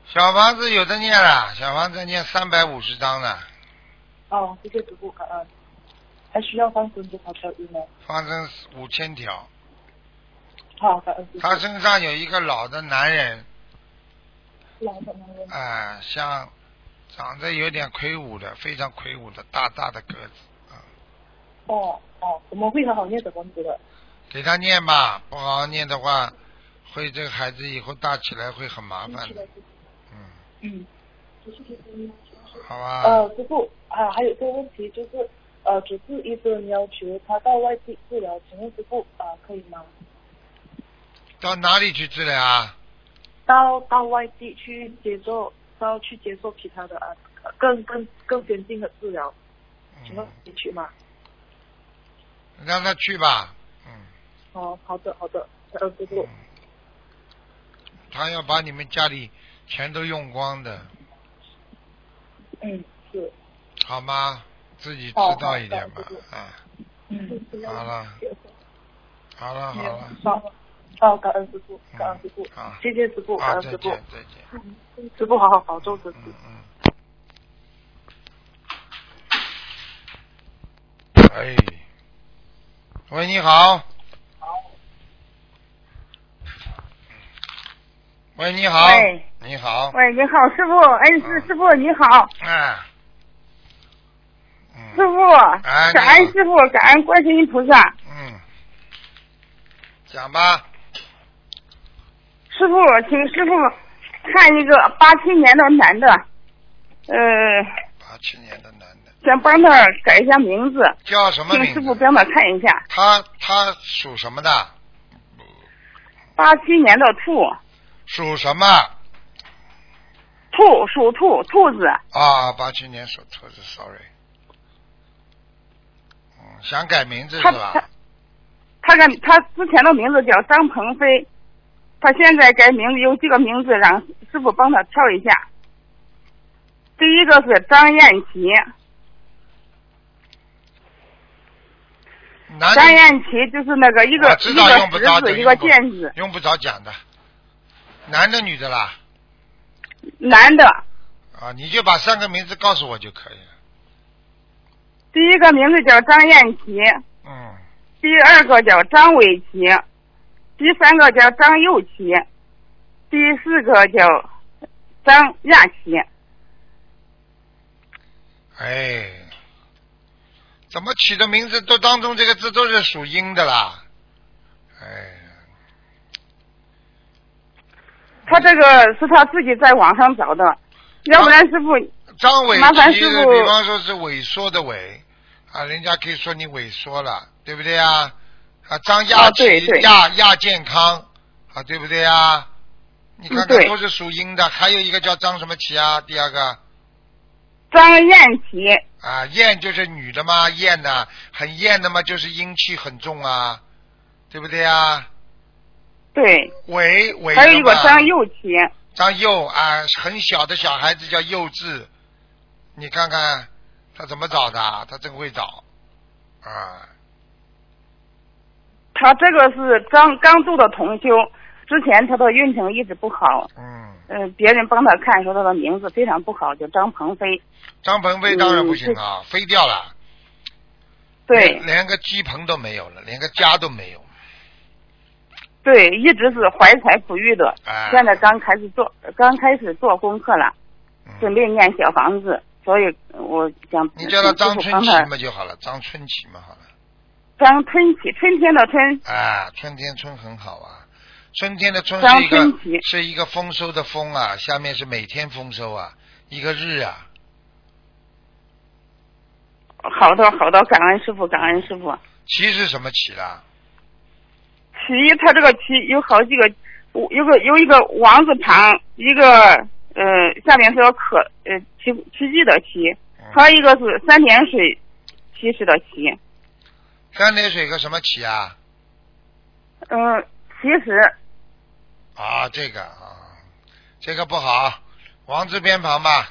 [SPEAKER 1] 小房子有的念了，小房子念三百五十张了，
[SPEAKER 6] 哦，谢谢师傅，感恩。还需要放生多少条鱼呢？
[SPEAKER 1] 放生五千条。
[SPEAKER 6] 好，嗯感恩师
[SPEAKER 1] 他
[SPEAKER 6] 傅。
[SPEAKER 1] 身上有一个老的男人，
[SPEAKER 6] 老的男人
[SPEAKER 1] 啊、像长得有点魁梧的，非常魁梧的，大大的个子，
[SPEAKER 6] 哦哦，我们会好好念小房子的。
[SPEAKER 1] 给他念吧，不好好念的话，会这个孩子以后大起来会很麻烦
[SPEAKER 6] 谢谢
[SPEAKER 1] 的
[SPEAKER 6] 师，傅
[SPEAKER 1] 嗯，
[SPEAKER 6] 嗯。
[SPEAKER 1] 好吧。
[SPEAKER 6] 呃，师傅啊，还有一个问题就是，呃，主治医生要求他到外地治疗，请问师傅啊、可以吗？
[SPEAKER 1] 到哪里去治疗啊？
[SPEAKER 6] 到到外地去接受，到去接受其他的啊，更更更先进的治疗，请问
[SPEAKER 1] 嗯，
[SPEAKER 6] 你去吗？
[SPEAKER 1] 让他去吧，嗯，
[SPEAKER 6] 哦，好的好的，呃，师傅，
[SPEAKER 1] 他要把你们家里钱都用光的，
[SPEAKER 6] 嗯，是，
[SPEAKER 1] 好吗？自己知
[SPEAKER 6] 哦
[SPEAKER 1] 道一点吧，啊，
[SPEAKER 6] 嗯，
[SPEAKER 1] 好了，好了，好了，
[SPEAKER 6] 好，好，感恩师傅，感恩师傅
[SPEAKER 1] 嗯，好
[SPEAKER 6] 谢谢师傅，感
[SPEAKER 1] 好，
[SPEAKER 6] 恩
[SPEAKER 1] 再
[SPEAKER 6] 师
[SPEAKER 1] 见，
[SPEAKER 6] 傅，
[SPEAKER 1] 再见。
[SPEAKER 6] 师傅好好保重身体。
[SPEAKER 1] 嗯嗯。哎，喂，你好。喂，你好。
[SPEAKER 4] 喂
[SPEAKER 1] 你好。
[SPEAKER 4] 喂，你好，师傅，哎，
[SPEAKER 1] 嗯
[SPEAKER 4] 是师傅你好，
[SPEAKER 1] 哎。
[SPEAKER 4] 师
[SPEAKER 1] 嗯
[SPEAKER 4] 傅，
[SPEAKER 1] 哎
[SPEAKER 4] 感恩
[SPEAKER 1] 你好
[SPEAKER 4] 师傅，感恩观世音菩萨，
[SPEAKER 1] 嗯。讲吧，
[SPEAKER 4] 师傅，请师傅看一个八七年的男的，呃，
[SPEAKER 1] 八七年的男的
[SPEAKER 4] 想帮他改一下名字，
[SPEAKER 1] 叫什么
[SPEAKER 4] 请
[SPEAKER 1] 名
[SPEAKER 4] 师傅
[SPEAKER 1] 字？
[SPEAKER 4] 帮他看一下，
[SPEAKER 1] 他他属什么的？
[SPEAKER 4] 八七年的兔，
[SPEAKER 1] 属什么？
[SPEAKER 4] 兔属兔，兔子，
[SPEAKER 1] 啊，八七年属兔子，sorry。嗯，想改名字是
[SPEAKER 4] 他
[SPEAKER 1] 吧
[SPEAKER 4] 他？他改他之前的名字叫张鹏飞，他现在改名字有几个名字，让师傅帮他挑一下。第一个是张艳琪，
[SPEAKER 1] 啊男
[SPEAKER 4] 张
[SPEAKER 1] 的
[SPEAKER 4] 艳琪就是那个一个
[SPEAKER 1] 我
[SPEAKER 4] 一
[SPEAKER 1] 啊知
[SPEAKER 4] 个
[SPEAKER 1] 道用不着
[SPEAKER 4] 石
[SPEAKER 1] 的
[SPEAKER 4] 字一个剑字，
[SPEAKER 1] 用不着讲的，男的女的啦？
[SPEAKER 4] 男的。
[SPEAKER 1] 啊，你就把三个名字告诉我就可以了。
[SPEAKER 4] 第一个名字叫张艳琪，
[SPEAKER 1] 嗯，
[SPEAKER 4] 第二个叫张伟琪，第三个叫张幼琪，第四个叫张亚琪。
[SPEAKER 1] 哎，怎么起的名字都当中这个字都是属阴的啦？哎，
[SPEAKER 4] 他这个是他自己在网上找的，要不然师傅
[SPEAKER 1] 张伟
[SPEAKER 4] 麻烦
[SPEAKER 1] 琪
[SPEAKER 4] 师
[SPEAKER 1] 的，
[SPEAKER 4] 傅
[SPEAKER 1] 比方说是萎缩的萎啊，人家可以说你萎缩了，对不对啊？啊，张亚
[SPEAKER 4] 啊
[SPEAKER 1] 琪、
[SPEAKER 4] 对对
[SPEAKER 1] 亚亚健康啊，对不对啊？你看
[SPEAKER 4] 嗯
[SPEAKER 1] 看
[SPEAKER 4] 对
[SPEAKER 1] 都是属阴的，还有一个叫张什么琪啊？第二个
[SPEAKER 4] 张艳琪，
[SPEAKER 1] 啊，艳就是女的嘛，艳呐、很艳的嘛，就是阴气很重啊，对不对啊？
[SPEAKER 4] 对，
[SPEAKER 1] 伟伟
[SPEAKER 4] 还有一个
[SPEAKER 1] 的嘛
[SPEAKER 4] 张幼琪，
[SPEAKER 1] 张幼啊，很小的小孩子叫幼稚，你看看他怎么找的啊，他真会找啊。
[SPEAKER 4] 他这个是刚刚做的同修，之前他的运程一直不好，
[SPEAKER 1] 嗯，
[SPEAKER 4] 嗯、别人帮他看说他的名字非常不好，叫张鹏飞。
[SPEAKER 1] 张鹏飞当然不行啊，飞掉了，
[SPEAKER 4] 嗯对
[SPEAKER 1] 连个鸡棚都没有了，连个家都没有。
[SPEAKER 4] 对，一直是怀才不遇的，
[SPEAKER 1] 啊，
[SPEAKER 4] 现在刚开始做，刚开始做功课了，准
[SPEAKER 1] 嗯、
[SPEAKER 4] 备念小房子，所以我想
[SPEAKER 1] 你叫他张
[SPEAKER 4] 师傅
[SPEAKER 1] 春
[SPEAKER 4] 帮
[SPEAKER 1] 琪
[SPEAKER 4] 他
[SPEAKER 1] 嘛就好了，张春琪嘛好了。
[SPEAKER 4] 张春起，春天的春，
[SPEAKER 1] 啊，春天春很好啊，春天的春
[SPEAKER 4] 张
[SPEAKER 1] 是一个
[SPEAKER 4] 春琪
[SPEAKER 1] 是一个丰收的丰啊，下面是每天丰收啊，一个日啊，
[SPEAKER 4] 好的好的，感恩师傅，感恩师傅。
[SPEAKER 1] 齐是什么齐啦？
[SPEAKER 4] 其一，他这个其有好几个，我有个有一个王字旁，一个呃下面是个可呃奇奇迹的奇，
[SPEAKER 1] 嗯
[SPEAKER 4] 还有一个是三点水奇石的奇，
[SPEAKER 1] 三点水个什么齐啊？
[SPEAKER 4] 嗯、其实
[SPEAKER 1] 啊，这个啊，这个不好，王字边旁吧，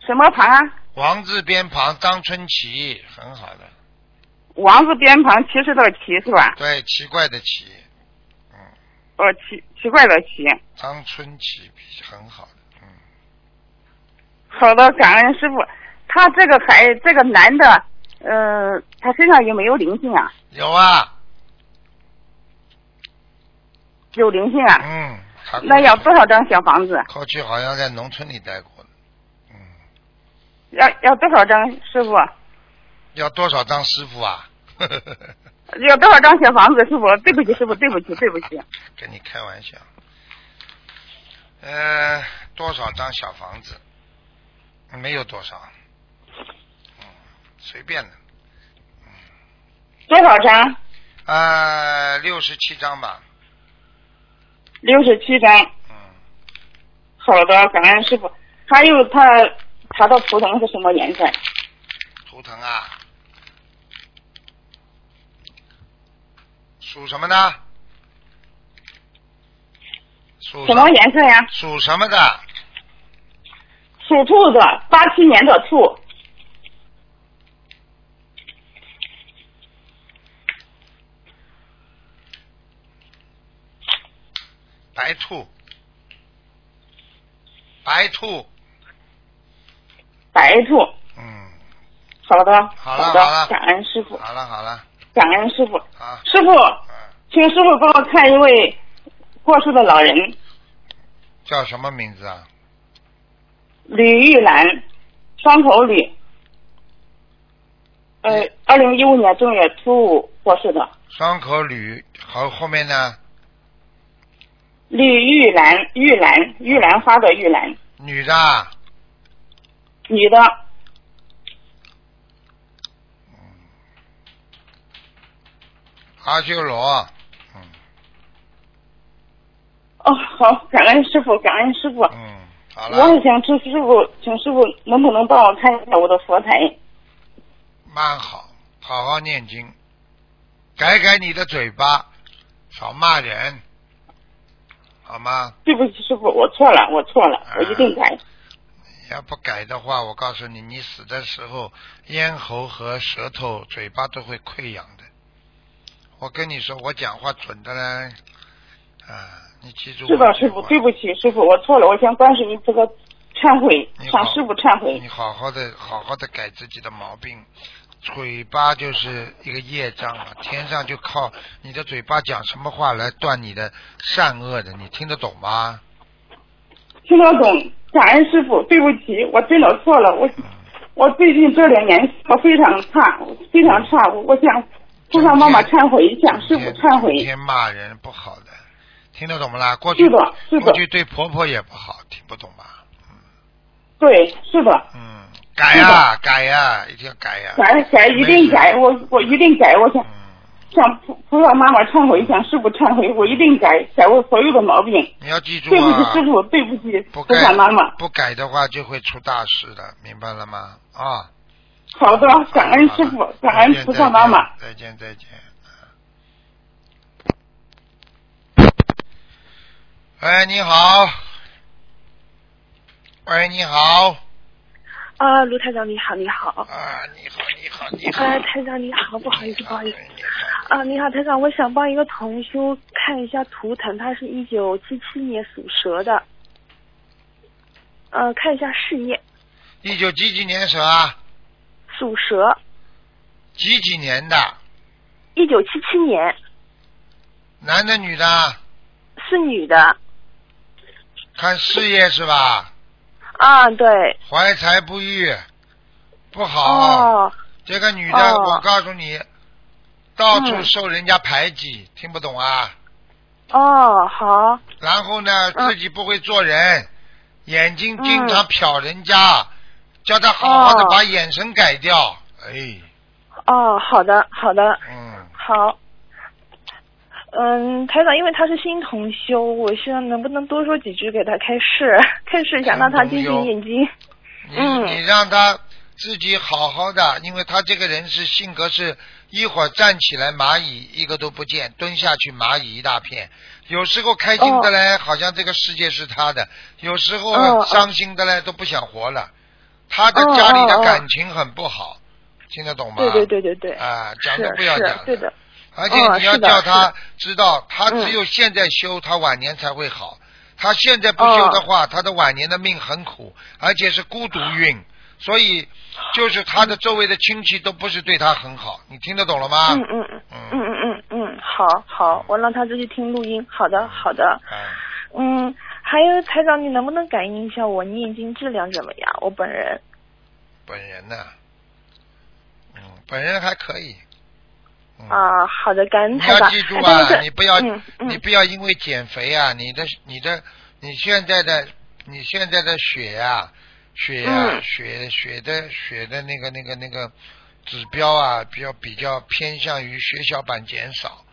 [SPEAKER 4] 什么旁啊？
[SPEAKER 1] 王字边旁张春奇，很好的，
[SPEAKER 4] 王字边旁其实的奇是吧？
[SPEAKER 1] 对，奇怪的奇，
[SPEAKER 4] 哦，奇奇怪的奇。
[SPEAKER 1] 张春奇很好的，嗯，
[SPEAKER 4] 好的，感恩师傅。他这个孩，这个男的，呃，他身上有没有灵性啊？
[SPEAKER 1] 有啊，
[SPEAKER 4] 有灵性啊。
[SPEAKER 1] 嗯，他
[SPEAKER 4] [laughs] 那要多少张小房子？
[SPEAKER 1] 过去好像在农村里待过呢，嗯
[SPEAKER 4] 要要多少张师傅？
[SPEAKER 1] 要多少张师傅啊？ [laughs]
[SPEAKER 4] 要多少张小房子？师傅，对不起，师傅，对不起，对不起。
[SPEAKER 1] 跟你开玩笑。呃，多少张小房子？没有多少，嗯，随便的。
[SPEAKER 4] 多少张？
[SPEAKER 1] 呃，六十七张吧。
[SPEAKER 4] 六十七张。
[SPEAKER 1] 嗯，
[SPEAKER 4] 好的，感恩师傅。还有他查到图腾是什么颜色？
[SPEAKER 1] 图腾啊，属什么呢？属
[SPEAKER 4] 什么颜色呀？
[SPEAKER 1] 属什么的？
[SPEAKER 4] 属兔子，八七年的兔。
[SPEAKER 1] 白兔，白兔，
[SPEAKER 4] 白兔。
[SPEAKER 1] 嗯，
[SPEAKER 4] 好的，
[SPEAKER 1] 好了好
[SPEAKER 4] 的
[SPEAKER 1] 了，
[SPEAKER 4] 感恩师傅，
[SPEAKER 1] 好了好了，
[SPEAKER 4] 感恩师傅。
[SPEAKER 1] 好，嗯
[SPEAKER 4] 师傅，请师傅帮我看一位过世的老人
[SPEAKER 1] 叫什么名字啊？
[SPEAKER 4] 吕玉兰，双口吕。呃，二零一五年正月初五过世的
[SPEAKER 1] 双口吕，好，后面呢？
[SPEAKER 4] 吕玉兰，玉兰，玉兰花的玉兰，
[SPEAKER 1] 女的啊，
[SPEAKER 4] 女的，哦
[SPEAKER 1] 阿修罗，嗯
[SPEAKER 4] 哦，好，感恩师傅，感恩师傅。
[SPEAKER 1] 嗯，好
[SPEAKER 4] 我也
[SPEAKER 1] 了，
[SPEAKER 4] 想请师傅，请师傅能不能帮我看一下我的佛台？
[SPEAKER 1] 蛮好，好好念经，改改你的嘴巴，少骂人，好吗？
[SPEAKER 4] 对不起，师傅，我错了，我错
[SPEAKER 1] 啊
[SPEAKER 4] 了，我一定改。
[SPEAKER 1] 你要不改的话，我告诉你，你死的时候咽喉和舌头、嘴巴都会溃疡的。我跟你说，我讲话准的嘞，啊，你记住我
[SPEAKER 4] 知
[SPEAKER 1] 这
[SPEAKER 4] 道
[SPEAKER 1] 话。
[SPEAKER 4] 师傅，对不起，师傅，我错了，我向观世音菩萨忏悔
[SPEAKER 1] 你，好
[SPEAKER 4] 向师傅忏悔
[SPEAKER 1] 你。好好的，好好的改自己的毛病。嘴巴就是一个业障啊，天上就靠你的嘴巴讲什么话来断你的善恶的，你听得懂吗？
[SPEAKER 4] 听得懂，感恩师傅，对不起，我真的错了，我我最近这两年我非常差，非常差，我我想菩萨妈妈忏悔，向师傅忏悔
[SPEAKER 1] 整。天骂人不好的，听得懂不啦？过去
[SPEAKER 4] 是的是的
[SPEAKER 1] 过去对婆婆也不好，听不懂吧？
[SPEAKER 4] 对，是的，
[SPEAKER 1] 嗯，改呀、改呀、一定要改呀、
[SPEAKER 4] 改改一定改，
[SPEAKER 1] 没事
[SPEAKER 4] 我我一定改，我想
[SPEAKER 1] 嗯，
[SPEAKER 4] 向菩菩萨妈妈忏悔，向师傅忏悔，我一定改改我所有的毛病。
[SPEAKER 1] 你要记住
[SPEAKER 4] 对不起
[SPEAKER 1] 啊，
[SPEAKER 4] 师傅，对不起
[SPEAKER 1] 不
[SPEAKER 4] 菩萨
[SPEAKER 1] 改
[SPEAKER 4] 妈妈。
[SPEAKER 1] 不改的话就会出大事的，明白了吗？啊、
[SPEAKER 4] 好的，感恩师傅，感恩菩萨妈妈。
[SPEAKER 1] 再见再见。哎，你好。喂，你好。
[SPEAKER 5] 啊，卢台长你好，你好。
[SPEAKER 1] 啊，你好，你好，你好。
[SPEAKER 5] 啊，台长你好，不好意思，
[SPEAKER 1] 你
[SPEAKER 5] 不好意思。
[SPEAKER 1] 你好
[SPEAKER 5] 啊，你好，台长，我想帮一个同修看一下图腾，他是一九七七年属蛇的。呃，看一下事业，
[SPEAKER 1] 一九几几年蛇啊？
[SPEAKER 5] 属蛇，
[SPEAKER 1] 几几年的？
[SPEAKER 5] 一九七七年
[SPEAKER 1] 男的女的？
[SPEAKER 5] 是女的。
[SPEAKER 1] 看事业是吧？
[SPEAKER 5] 啊，对。
[SPEAKER 1] 怀才不遇，不好。
[SPEAKER 5] 哦，
[SPEAKER 1] 这个女的，
[SPEAKER 5] 哦
[SPEAKER 1] 我告诉你，到处
[SPEAKER 5] 嗯
[SPEAKER 1] 受人家排挤，听不懂啊？
[SPEAKER 5] 哦，好，
[SPEAKER 1] 然后呢，
[SPEAKER 5] 嗯
[SPEAKER 1] 自己不会做人，眼睛经
[SPEAKER 5] 嗯哦
[SPEAKER 1] 常瞟人家，叫他好好的把眼神改掉。哎，
[SPEAKER 7] 哦，好的，好的，
[SPEAKER 1] 嗯，
[SPEAKER 7] 好。嗯，台长，因为他是新同修，我希望能不能多说几句给他开示，开示一下，
[SPEAKER 1] 新
[SPEAKER 7] 让他
[SPEAKER 1] 同
[SPEAKER 7] 精
[SPEAKER 1] 修
[SPEAKER 7] 进眼睛。
[SPEAKER 1] 你
[SPEAKER 7] 嗯
[SPEAKER 1] 你让他自己好好的，因为他这个人是性格是，一会儿站起来蚂蚁一个都不见，蹲下去蚂蚁一大片。有时候开心的嘞，好像这个世界是他的；有时候啊
[SPEAKER 7] 哦哦哦
[SPEAKER 1] 伤心的嘞，都不想活了。他的
[SPEAKER 7] 哦
[SPEAKER 1] 家里
[SPEAKER 7] 哦
[SPEAKER 1] 的
[SPEAKER 7] 哦
[SPEAKER 1] 感情很不好，听得懂吗？
[SPEAKER 7] 对对对对对，
[SPEAKER 1] 啊，讲
[SPEAKER 7] 是
[SPEAKER 1] 都不要
[SPEAKER 7] 是
[SPEAKER 1] 讲，
[SPEAKER 7] 对的，哦
[SPEAKER 1] 而且你要
[SPEAKER 7] 是的
[SPEAKER 1] 叫
[SPEAKER 7] 是
[SPEAKER 1] 他
[SPEAKER 7] 的嗯
[SPEAKER 1] 知道，他只有现在修，他晚年才会好。他现在不修的
[SPEAKER 7] 哦
[SPEAKER 1] 话，他的晚年的命很苦，而且是孤独运，所以就是他的周围的亲戚都不是对他很好。你听得懂了吗？
[SPEAKER 7] 嗯嗯嗯
[SPEAKER 1] 嗯
[SPEAKER 7] 嗯嗯嗯嗯，好好，我让他继续听录音。好的好的，
[SPEAKER 1] 哎
[SPEAKER 7] 嗯，还有台长，你能不能感应一下我念经质量怎么样？我
[SPEAKER 1] 嗯
[SPEAKER 7] 本人
[SPEAKER 1] 本人呢？嗯，本人还可以。嗯、
[SPEAKER 7] 啊，好的，感恩
[SPEAKER 1] 你
[SPEAKER 7] 台
[SPEAKER 1] 要
[SPEAKER 7] 长。
[SPEAKER 1] 记住
[SPEAKER 7] 哎但
[SPEAKER 1] 啊，
[SPEAKER 7] 是
[SPEAKER 1] 你不要、
[SPEAKER 7] 嗯嗯
[SPEAKER 1] 你不要因为减肥啊，你的你的你现在的你现在的血啊血啊、
[SPEAKER 7] 嗯
[SPEAKER 1] 血血的血的那个那个那个指标啊，比较比较偏向于血小板减少，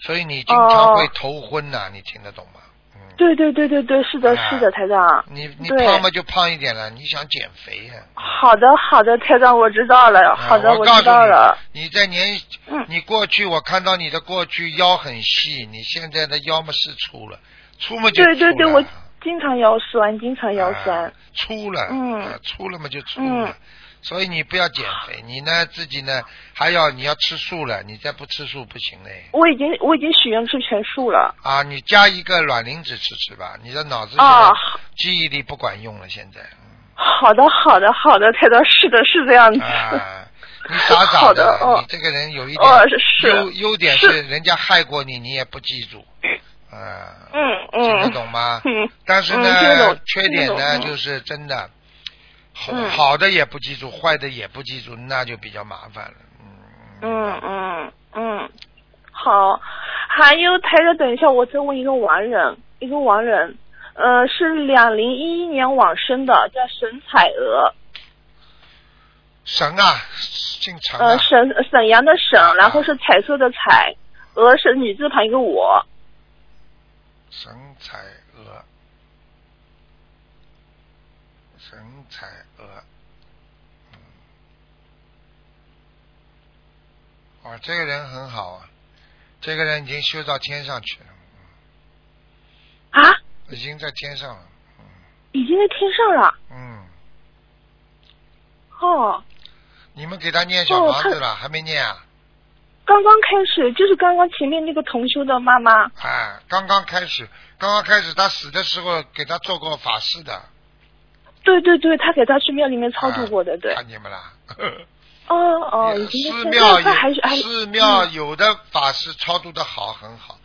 [SPEAKER 1] 所以你经常
[SPEAKER 7] 哦
[SPEAKER 1] 会头昏呐、你听得懂吗？嗯，
[SPEAKER 7] 对对对对对，是的，
[SPEAKER 1] 哎
[SPEAKER 7] 是的，台长。
[SPEAKER 1] 你你
[SPEAKER 7] 对
[SPEAKER 1] 胖嘛就胖一点了，你想减肥呀、
[SPEAKER 7] 好的好的，台长，我知道了。好的，
[SPEAKER 1] 啊我告
[SPEAKER 7] 知
[SPEAKER 1] 诉
[SPEAKER 7] 道了。
[SPEAKER 1] 你，你在年，
[SPEAKER 7] 嗯
[SPEAKER 1] 你过去我看到你的过去腰很细，你现在的腰嘛是粗了，粗嘛就粗
[SPEAKER 7] 对
[SPEAKER 1] 了
[SPEAKER 7] 对对，我经常腰酸，经常腰酸
[SPEAKER 1] 啊。粗了，
[SPEAKER 7] 嗯
[SPEAKER 1] 啊粗了嘛就粗
[SPEAKER 7] 嗯
[SPEAKER 1] 了。所以你不要减肥，你呢自己呢还要你要吃素了，你再不吃素不行嘞。
[SPEAKER 7] 我已经我已经许愿吃全素了。
[SPEAKER 1] 啊，你加一个卵磷脂吃吃吧，你的脑子现在
[SPEAKER 7] 啊，
[SPEAKER 1] 记忆力不管用了现在。
[SPEAKER 7] 好的好的好的，台长，是的，是这样子。
[SPEAKER 1] 啊，你傻傻
[SPEAKER 7] 好的哦
[SPEAKER 1] 你这个人有一点
[SPEAKER 7] 哦，是是
[SPEAKER 1] 优。优点是人家害过你，你也不记住，啊、
[SPEAKER 7] 嗯
[SPEAKER 1] 听得
[SPEAKER 7] 嗯
[SPEAKER 1] 懂吗？
[SPEAKER 7] 嗯
[SPEAKER 1] 但是
[SPEAKER 7] 嗯听得
[SPEAKER 1] 呢
[SPEAKER 7] 懂，
[SPEAKER 1] 缺点呢
[SPEAKER 7] 听得懂嗯
[SPEAKER 1] 就是真的，好
[SPEAKER 7] 嗯
[SPEAKER 1] 好的也不记住，坏的也不记住，那就比较麻烦了。
[SPEAKER 7] 嗯嗯嗯，好。还有台长，等一下，我再问一个亡人，一个亡人，呃，是两零一一年往生的，叫沈彩娥。
[SPEAKER 1] 神啊，姓陈啊
[SPEAKER 7] 呃，，沈沈阳的沈
[SPEAKER 1] 啊，
[SPEAKER 7] 然后是彩色的彩，鹅是女字旁一个我。
[SPEAKER 1] 神采娥，神采娥，嗯，哇，这个人很好啊，这个人已经修到天上去了，
[SPEAKER 7] 啊，
[SPEAKER 1] 已经在天上了，
[SPEAKER 7] 已经在天上了。
[SPEAKER 1] 嗯，
[SPEAKER 7] 哦，
[SPEAKER 1] 你们给他念小
[SPEAKER 7] 哦
[SPEAKER 1] 房子
[SPEAKER 7] 他
[SPEAKER 1] 了，还没念啊？
[SPEAKER 7] 刚刚开始就是刚刚前面那个同修的妈妈。
[SPEAKER 1] 哎，刚刚开始，刚刚开始，他死的时候给他做过法事的，
[SPEAKER 7] 对对对，他给他去庙里面
[SPEAKER 1] 啊
[SPEAKER 7] 超度过的，对。
[SPEAKER 1] 看见没啦？ [laughs]
[SPEAKER 7] 哦哦，已经
[SPEAKER 1] 寺
[SPEAKER 7] 在天
[SPEAKER 1] 庙
[SPEAKER 7] 上，
[SPEAKER 1] 有
[SPEAKER 7] 他还是还是嗯
[SPEAKER 1] 寺庙有的法师超度的好很好，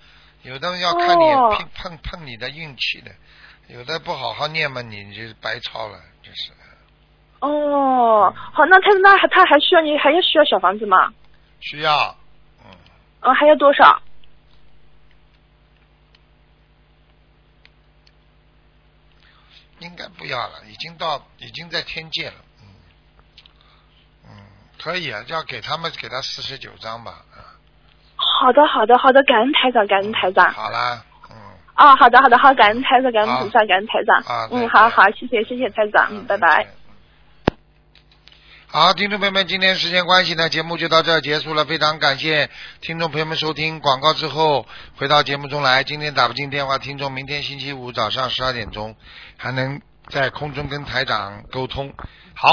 [SPEAKER 1] 有的人要看你
[SPEAKER 7] 哦
[SPEAKER 1] 碰碰碰你的运气的，有的不好好念嘛，你就白抄了，就是
[SPEAKER 7] 哦，好，那他那他还需要你还要需要小房子吗？
[SPEAKER 1] 需要嗯
[SPEAKER 7] 嗯，还要多少？
[SPEAKER 1] 应该不要了，已经到已经在天界了，嗯嗯可以啊，要给他们给他四十九章吧，啊
[SPEAKER 7] 好的，好的，好的，感恩台长，感恩台长。
[SPEAKER 1] 好啦，嗯。
[SPEAKER 7] 啊，好的，好的，好，感恩台长，感恩菩萨，感恩台长
[SPEAKER 1] 啊。再
[SPEAKER 7] 嗯，
[SPEAKER 1] 见
[SPEAKER 7] 好好，谢谢，谢谢台长，嗯，拜拜。。
[SPEAKER 1] 嗯好，听众朋友们，今天时间关系呢，节目就到这儿结束了。非常感谢听众朋友们收听广告之后回到节目中来。今天打不进电话，听众明天星期五早上十二点钟还能在空中跟台长沟通。好，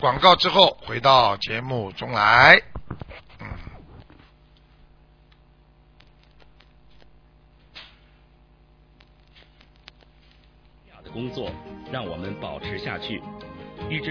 [SPEAKER 1] 广告之后回到节目中来。嗯。
[SPEAKER 8] 的工作，让我们保持下去。预知